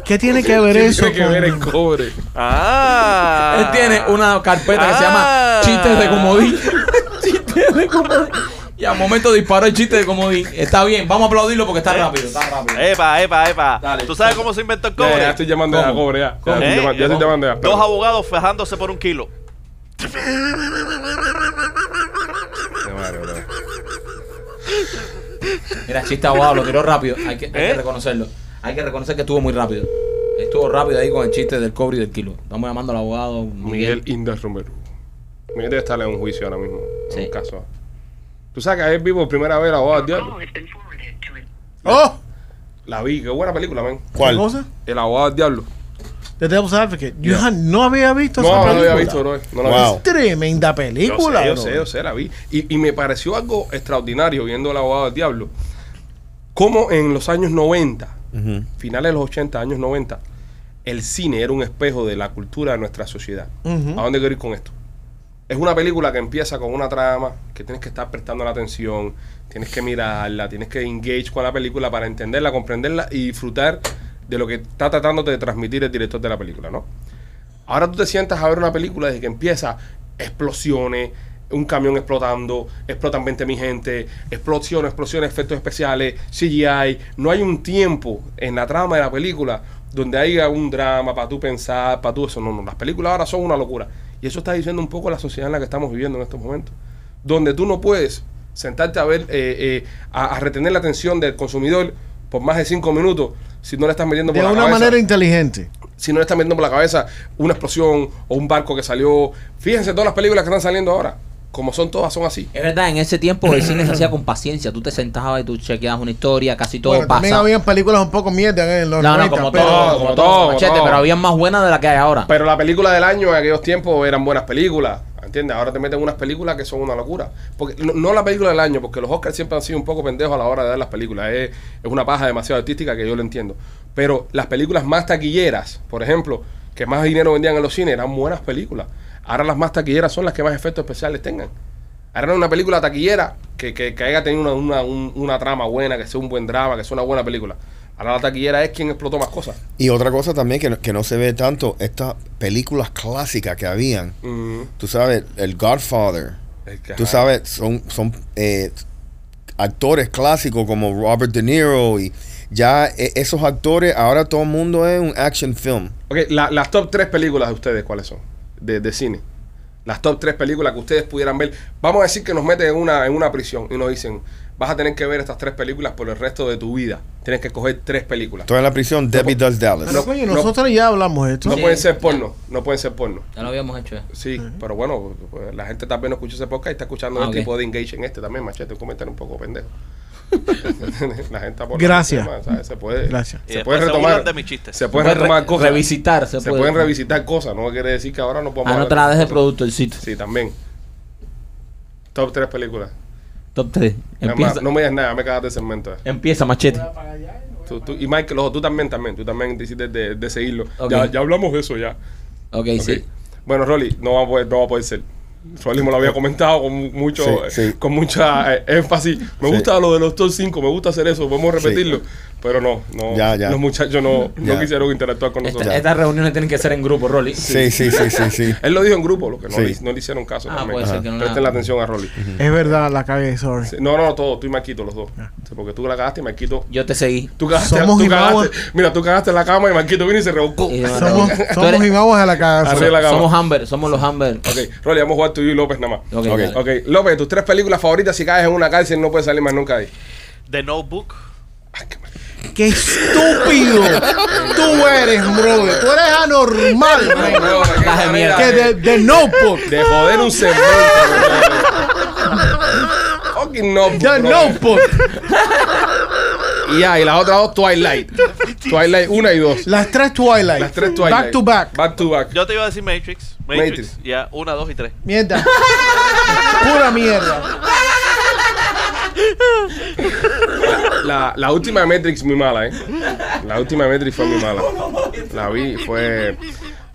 S4: ¿Qué tiene que ver
S1: ¿Qué
S4: eso
S1: tiene que ver el
S4: con-
S1: cobre?
S5: Ah.
S3: Él tiene una carpeta que se llama
S5: Ah.
S3: Chistes de Comodín. chistes de Comodín. Y al momento disparó el chiste de Comodín. Está bien, vamos a aplaudirlo porque está rápido, está rápido.
S5: Epa, epa, epa.
S3: Dale.
S5: ¿Tú sabes cómo se inventó el
S1: Ya,
S5: cobre?
S1: ya estoy llamando a cobre, ya. Ya estoy
S5: ¿Eh?
S1: llamando- ya estoy llamando a
S5: Dos abogados fajándose por un kilo.
S1: abogados.
S3: Mira, el chiste abogado, lo tiró rápido. Hay que, hay que
S5: ¿Eh?
S3: reconocerlo. Hay que reconocer que estuvo muy rápido. Estuvo rápido ahí con el chiste del cobre y del kilo. Estamos llamando al abogado Miguel.
S1: Miguel Inda Romero. Miguel debe estar en un juicio ahora mismo. En
S3: Sí.
S1: un caso. Tú sabes que ayer vivo por primera vez la boda del diablo.
S4: ¡Oh!
S1: La vi, qué buena película, man.
S4: ¿Qué
S6: ¿Cuál?
S4: cosa?
S1: El abogado del diablo.
S4: The Devil's Advocate. Yo
S1: Yeah.
S4: ja- no había visto
S1: No,
S4: esa
S1: no la
S4: película.
S1: había visto, bro. No la había
S6: Wow.
S1: visto.
S4: Tremenda película.
S1: Yo
S4: bro.
S1: sé, yo sé, yo sé, la vi. Y, y me pareció algo extraordinario viendo el abogado del diablo. Como en los años 90,
S6: Ujú.
S1: finales de los 80, años 90, el cine era un espejo de la cultura de nuestra sociedad.
S4: Ujú.
S1: ¿A dónde quiero ir con esto? Es una película que empieza con una trama que tienes que estar prestando la atención, tienes que mirarla, tienes que engage con la película para entenderla, comprenderla y disfrutar de lo que está tratando de transmitir el director de la película, ¿no? Ahora tú te sientas a ver una película desde que empieza explosiones, un camión explotando, explotan 20 mil gente, explosiones, explosiones, efectos especiales, CGI. No hay un tiempo en la trama de la película donde haya un drama para tú pensar, para tú eso. No, no, las películas ahora son una locura. Y eso está diciendo un poco la sociedad en la que estamos viviendo en estos momentos. Donde tú no puedes sentarte a ver, eh, eh, a, a retener la atención del consumidor por más de 5 minutos si no le estás metiendo
S4: De
S1: por la
S4: una
S1: cabeza
S4: manera inteligente.
S1: si no le están metiendo por la cabeza una explosión o un barco que salió. Fíjense todas las películas que están saliendo ahora. Como son todas, son así.
S3: Es verdad, en ese tiempo el cine se hacía con paciencia. Tú te sentabas y tú chequeabas una historia, casi todo
S4: Bueno, también
S3: pasa.
S4: habían películas un poco mierda en los
S3: No, no,
S4: 90,
S3: como
S4: pero-
S3: todo, como todo,
S1: como
S3: machete,
S1: todo.
S3: pero habían más buenas de las que hay ahora.
S1: Pero la película del año en aquellos tiempos eran buenas películas. ¿Entiendes? Ahora te meten unas películas que son una locura. Porque no, no la película del año, porque los Oscars siempre han sido un poco pendejos a la hora de dar las películas. Es, es una paja demasiado artística que yo lo entiendo. Pero las películas más taquilleras, por ejemplo, que más dinero vendían en los cines, eran buenas películas. Ahora las más taquilleras son las que más efectos especiales tengan. Ahora una película taquillera que, que, que haya tenido una, una, un- una trama buena, que sea un buen drama, que sea una buena película. Ahora la taquillera es quien explotó más cosas.
S6: Y otra cosa también que no, que no se ve tanto, estas películas clásicas que habían.
S1: Mm.
S6: Tú sabes, El Godfather.
S1: Es que,
S6: Tú
S1: ajá.
S6: sabes, son, son eh, actores clásicos como Robert De Niro y ya eh, esos actores, ahora todo el mundo es un action film.
S1: Ok, la- las top tres películas de ustedes, ¿cuáles son? De, de cine. las top tres películas que ustedes pudieran ver. Vamos a decir que nos meten en una, en una prisión y nos dicen, vas a tener que ver estas tres películas por el resto de tu vida. Tienes que coger tres películas.
S6: Estoy en la prisión, Debbie Does Dallas.
S4: Pero coño, nosotros ya hablamos de esto.
S1: No
S3: Sí.
S1: pueden ser porno, no pueden ser porno.
S3: Ya lo habíamos hecho. ya.
S1: Sí, pero bueno, pues, la gente también no escucha ese podcast y está escuchando
S3: Ah,
S1: el
S3: ok.
S1: tipo de engage en este también, machete, un comentario un poco pendejo. la gente por
S4: Gracias.
S1: ¿sabes? se puede,
S4: Gracias.
S5: Y
S1: Se
S5: después
S1: puede
S5: se
S1: retomar.
S5: burlan Eh, pues, de mis chistes.
S1: Se pueden retomar
S3: re-
S1: cosas.
S3: Revisitar, se,
S1: se
S3: puede.
S1: pueden revisitar cosas, no quiere decir que ahora no podemos.
S3: Ah, no
S1: hablar
S3: te la
S1: de
S3: des de
S1: cosas.
S3: producto el sitio.
S1: Sí, también. Top 3 películas.
S3: Top 3.
S1: Nada
S3: Empieza,
S1: más, no me digas nada, me cagaste el segmento.
S3: empieza machete.
S1: Tú, tú- y Michael, ojo, tú también, también. Tú también decidiste de, de seguirlo.
S3: Ok.
S1: Ya, ya hablamos de eso ya.
S3: Ok,
S1: Ok.
S3: sí.
S1: Bueno, Rolly, no va a poder, no va a poder ser. Rolly me lo había comentado con mu- mucho,
S6: Sí,
S1: eh,
S6: sí.
S1: con mucha eh, énfasis. Me
S6: Sí.
S1: gusta lo de los top 5, me gusta hacer eso, podemos repetirlo. Pero no, no,
S6: Ya, ya.
S1: los muchachos no, no
S6: Ya.
S1: quisieron interactuar con
S3: Esta-
S1: nosotros.
S3: estas reuniones tienen que ser en grupo, Rolly.
S6: Sí, sí, sí, sí, sí.
S1: Él lo dijo en grupo, lo que no,
S6: Sí.
S1: le, no le hicieron caso
S3: Ah,
S1: también.
S3: puede ser que no la-
S1: Presten la atención a Rolly.
S4: Es verdad, la cagué, sorry.
S1: Sí, No, no, todo, tú y Marquito, los dos. Sí, Porque tú la cagaste y Marquito.
S3: Yo te seguí.
S1: Tú cagaste,
S4: Somos
S1: tú
S4: Ibawa.
S1: cagaste- mira, tú cagaste en la cama y Marquito vino y se rebocó.
S3: Y yo,
S1: Ok,
S4: Somos,
S3: Rolly, tú
S4: somos
S3: eres-
S4: iguales a la caga.
S1: Arriba. de la cama.
S3: Somos Amber, somos los Amber.
S1: Rolly, vamos a jugar tú y López nada más.
S3: Ok,
S6: Ok.
S3: dale.
S1: Ok, López, tus tres películas favoritas, si caes en una cárcel no puedes salir más nunca de ahí.
S5: The Notebook.
S4: ¡Qué estúpido! Tú eres, brother. Tú eres anormal, man.
S3: Estás de mierda.
S4: Que de, de notebook.
S1: De joder un segmento. brother. Fucking no.
S4: De notebook.
S1: Y ya, y las otras dos Twilight. Twilight 1 y 2.
S4: Las tres Twilight.
S1: Las tres Twilight.
S4: Back to back.
S1: Back to back.
S5: Yo te iba a decir Matrix. Matrix.
S1: Matrix.
S5: Ya, una, dos y tres.
S4: Mierda. Pura mierda.
S1: La, la última de Matrix muy mala, ¿eh? La última de Matrix fue muy mala. La vi, fue.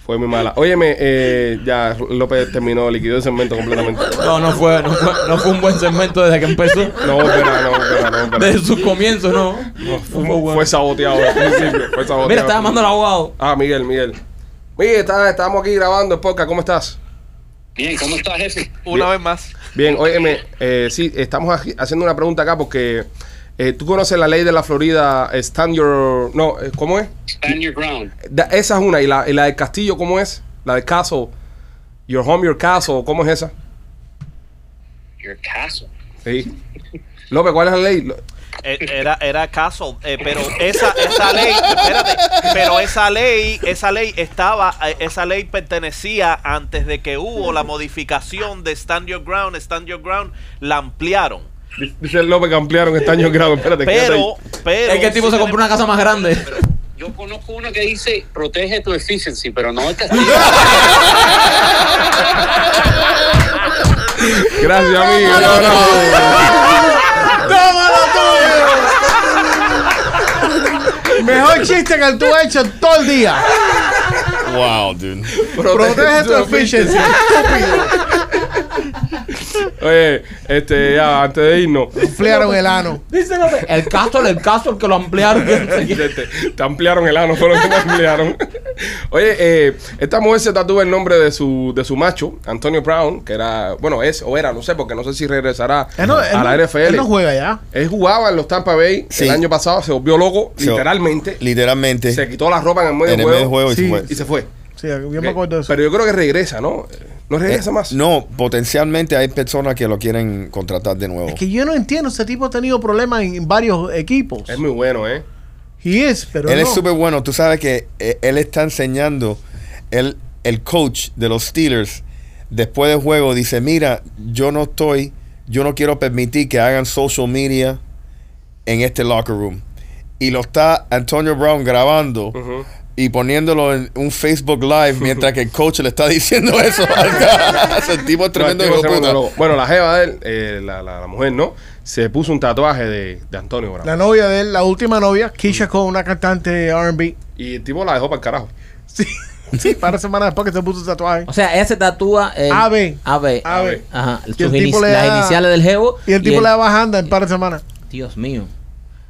S1: Fue muy mala. Óyeme, eh, ya López terminó, liquidó el segmento completamente.
S3: No, no fue, no fue, no fue un buen segmento desde que empezó.
S1: No volverá, no volverá, no volverá.
S3: Desde su comienzo, no.
S1: No, fue, fue saboteado desde el principio, Fue saboteado.
S3: Mira, está llamando al abogado.
S1: Ah, Miguel, Miguel. Miguel, está- estamos aquí grabando el podcast. ¿Cómo estás?
S8: Bien, ¿cómo está, jefe?
S5: Una
S1: Bien.
S5: vez más.
S1: Bien, óyeme, eh, sí, estamos aquí haciendo una pregunta acá porque eh, tú conoces la ley de la Florida, eh, Stand Your... No, eh, ¿cómo es?
S8: Stand your ground.
S1: Da- esa es una. ¿Y la, y la del castillo cómo es? La del caso, Your Home, Your Castle, ¿cómo es esa?
S8: Your castle.
S1: Sí. López, ¿cuál es la ley? Lo-
S5: Eh, Era, era Castle, eh, pero esa, esa ley, espérate, pero esa ley, esa ley estaba, eh, esa ley pertenecía antes de que hubo la modificación de Stand Your Ground, Stand Your Ground, la ampliaron.
S1: Dice López que ampliaron este año grado. Espérate, quédate ahí.
S5: Pero, pero.
S3: Es que el tipo se compró una casa más grande.
S8: Yo conozco uno que dice protege tu efficiency, pero no el castillo.
S1: Gracias, amigo. Un abrazo.
S4: Mejor chiste que tú has hecho todo el día.
S6: Wow, dude.
S4: Protege tu efficiency.
S1: Oye, este, ya, antes de irnos.
S4: Ampliaron el ano.
S3: Dice López, el caso, el caso, el que lo ampliaron. que no sé qué.
S1: Te, te- te ampliaron el ano, fue lo que te ampliaron. Oye, eh, esta mujer se tatúa el nombre de su, de su macho, Antonio Brown, que era, bueno, es o era, no sé, porque no sé si regresará
S4: Él Eh, no- él
S1: a
S4: no-
S1: la NFL.
S4: Él
S1: Él,
S4: no juega ya.
S1: jugaba en los Tampa Bay
S6: Sí.
S1: el año pasado, se volvió loco,
S6: Se-
S1: literalmente.
S6: Literalmente.
S1: se quitó la ropa en el medio
S6: en
S1: del
S6: el
S1: juego,
S6: medio juego y
S4: Sí.
S6: se fue.
S1: y se fue.
S4: Sí, yo me acuerdo de eso.
S1: Pero yo creo que regresa, ¿no? No regresa
S6: Eh,
S1: más.
S6: No, potencialmente hay personas que lo quieren contratar de nuevo.
S4: Es que yo no entiendo. Ese tipo ha tenido problemas en varios equipos.
S1: Es muy bueno, ¿eh?
S4: He is, pero
S6: él
S4: no.
S6: es súper bueno. Tú sabes que eh, él está enseñando, él, el coach de los Steelers, después del juego, dice, mira, yo no estoy, yo no quiero permitir que hagan social media en este locker room. Y lo está Antonio Brown grabando
S1: Ujú.
S6: y poniéndolo en un Facebook Live mientras que el coach le está diciendo eso. el tipo es tremendo
S1: No, el tipo se
S6: hijo de
S1: volvió
S6: puta.
S1: loco. Bueno, la jeva de él, eh, la, la- la mujer, ¿no? Se puso un tatuaje de, de Antonio Brown.
S4: La novia de él, la última novia, Keisha con una cantante de R&B.
S1: Y el tipo la dejó para el carajo.
S4: Sí, sí, para semanas después que se puso el tatuaje.
S3: O sea, ella se tatúa el
S4: AB.
S3: AB.
S4: AB.
S3: Ajá.
S4: Y el
S3: sus
S4: tipo
S3: ini-
S4: le
S3: las
S4: da-
S3: iniciales del jevo.
S4: Y el tipo le da bajanda en par de semanas.
S3: Dios mío.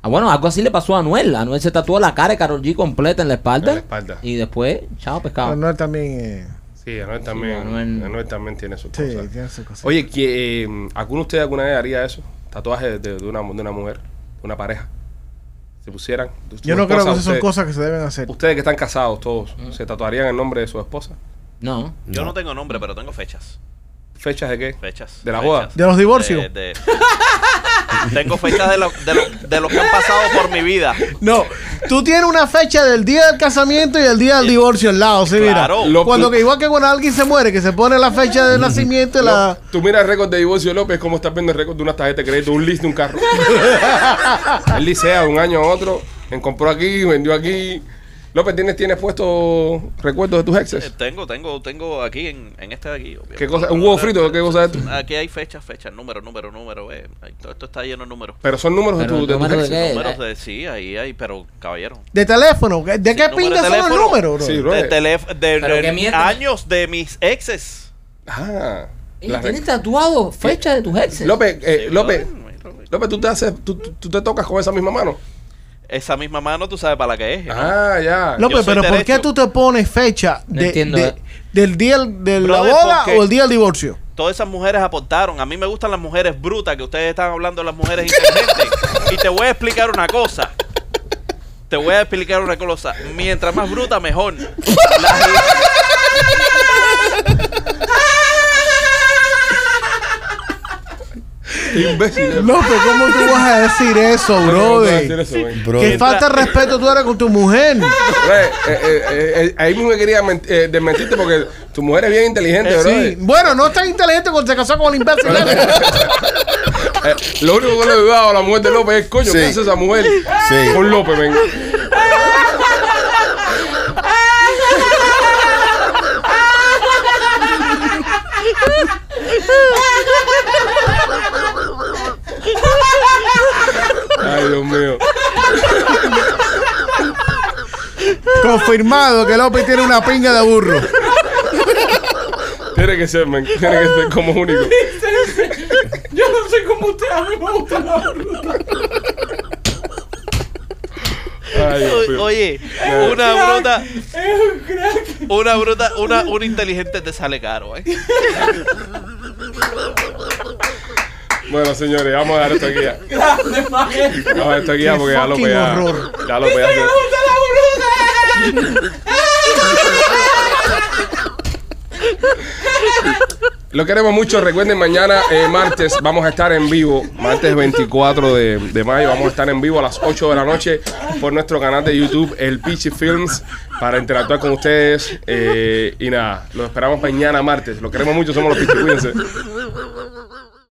S3: Ah, bueno, algo así le pasó a Anuel. Anuel se tatuó la cara de Karol G completa en la espalda.
S1: En la espalda.
S3: Y después, chao pescado.
S4: Pero Ah, no él también. eh,
S1: Sí, Anuel también,
S3: Anuel.
S1: Anuel también tiene su
S4: sí,
S1: cosa.
S4: tiene su cosa.
S1: Oye, que, eh, ¿alguno de ustedes alguna vez haría eso? Tatuaje de, de una, de una mujer, de una pareja. Se pusieran. de su
S4: yo no creo
S1: esposa,
S4: que esas son
S1: ustedes-
S4: cosas que se deben hacer.
S1: Ustedes que están casados todos, ¿se tatuarían el nombre de su esposa?
S3: No.
S5: Yo no tengo nombre, pero tengo fechas.
S1: ¿Fechas de qué?
S5: Fechas.
S1: ¿De la
S5: fechas.
S1: boda?
S4: ¿De los divorcios?
S5: De- de- Tengo fechas de, lo- de, lo- de los que han pasado por mi vida.
S4: No, tú tienes una fecha del día del casamiento y el día del divorcio al lado, sí,
S5: Claro.
S4: mira.
S1: Lo-
S4: Cuando que igual que cuando alguien se muere, que se pone la fecha de nacimiento y la...
S1: Tú miras el récord de divorcio de López, como estás viendo el récord de una tarjeta de crédito, un list de un carro. Él licea de un año a otro, en compró aquí, vendió aquí. López, ¿tienes, tienes puesto recuerdos de tus
S5: Eh,
S1: exes?
S5: Tengo, tengo, tengo aquí en, en este de aquí. obvio.
S1: ¿Qué cosa? ¿Un huevo frito? ¿Qué cosa es esto?
S5: Aquí hay fechas, fechas, número, número, número. eh. Ay, Todo esto está lleno de números.
S1: Pero son números
S3: Pero
S1: de, tu, de tus
S3: número de
S1: exes.
S3: qué? Eh,
S5: Números de sí, ahí hay, pero caballero.
S4: De teléfono. ¿De qué
S5: número
S4: pinta
S5: de
S4: son los
S5: teléfono.
S4: números, bro?
S1: Sí, bro.
S5: De, telef- de,
S3: Pero
S5: de
S3: qué mierda.
S5: años de mis exes.
S1: Ah,
S3: Y
S1: la
S3: tienes
S1: rec-
S3: tatuado fecha de tus exes.
S1: López, eh,
S5: Sí,
S1: López,
S5: brother,
S1: López, tú te haces, tú, tú- tú te tocas con esa misma mano.
S5: Esa misma mano, tú sabes para la que es. ¿no?
S1: Ah, ya.
S4: López,
S5: Yo soy
S4: pero ¿por
S5: derecho.
S4: qué tú te pones fecha
S3: No
S4: de,
S3: entiendo,
S4: de-
S3: eh.
S4: del día del- de la
S5: Brother,
S4: boda
S5: porque-
S4: o el día del divorcio?
S5: Todas esas mujeres aportaron. A mí me gustan las mujeres brutas, que ustedes están hablando de las mujeres inteligentes. y te voy a explicar una cosa. Te voy a explicar una cosa. Mientras más bruta, mejor. Las-
S1: Qué imbécil.
S4: López, ¿cómo tú vas a decir eso,
S1: ¿Cómo tú vas a decir
S4: brother?
S1: eso, man?
S6: Bro,
S4: Que falta de respeto tú eres con tu mujer.
S1: Bro, eh, eh, eh, eh, ahí mismo me quería ment- eh, desmentirte porque tu mujer es bien inteligente, bro.
S4: Sí. Bueno, no es tan inteligente cuando se casó con el imbécil.
S1: Eh, lo único que le he dudado a la mujer de López es, coño,
S6: Sí.
S1: ¿qué hace esa mujer
S6: Sí.
S1: con López, men? Ay, Dios mío.
S4: Confirmado que López tiene una pinga de burro.
S1: Tiene que ser, men. Tiene que ser como único.
S9: Yo no sé cómo usted a mí me gusta la bruta.
S1: Ay, Dios
S5: O-
S1: mío.
S5: Oye, una bruta,
S9: Es un crack.
S5: una bruta, una, una inteligente te sale caro, ¿eh?
S1: Bueno, señores, vamos a dejar esto aquí ya.
S9: Grande, maestro.
S1: Vamos a dejar esto aquí ya
S4: Qué
S1: porque ya López
S4: fucking
S1: ya...
S4: horror.
S1: Ya López ya...
S9: ¡Me
S1: se-
S9: gusta la bruta!
S1: Lo queremos mucho. Recuerden, mañana, eh, martes, vamos a estar en vivo. Martes 24 de, de mayo, vamos a estar en vivo a las 8 de la noche por nuestro canal de YouTube, El Pichi Films, para interactuar con ustedes. Eh, y nada, los esperamos mañana, martes. Lo queremos mucho, somos los Pichi Cuídense.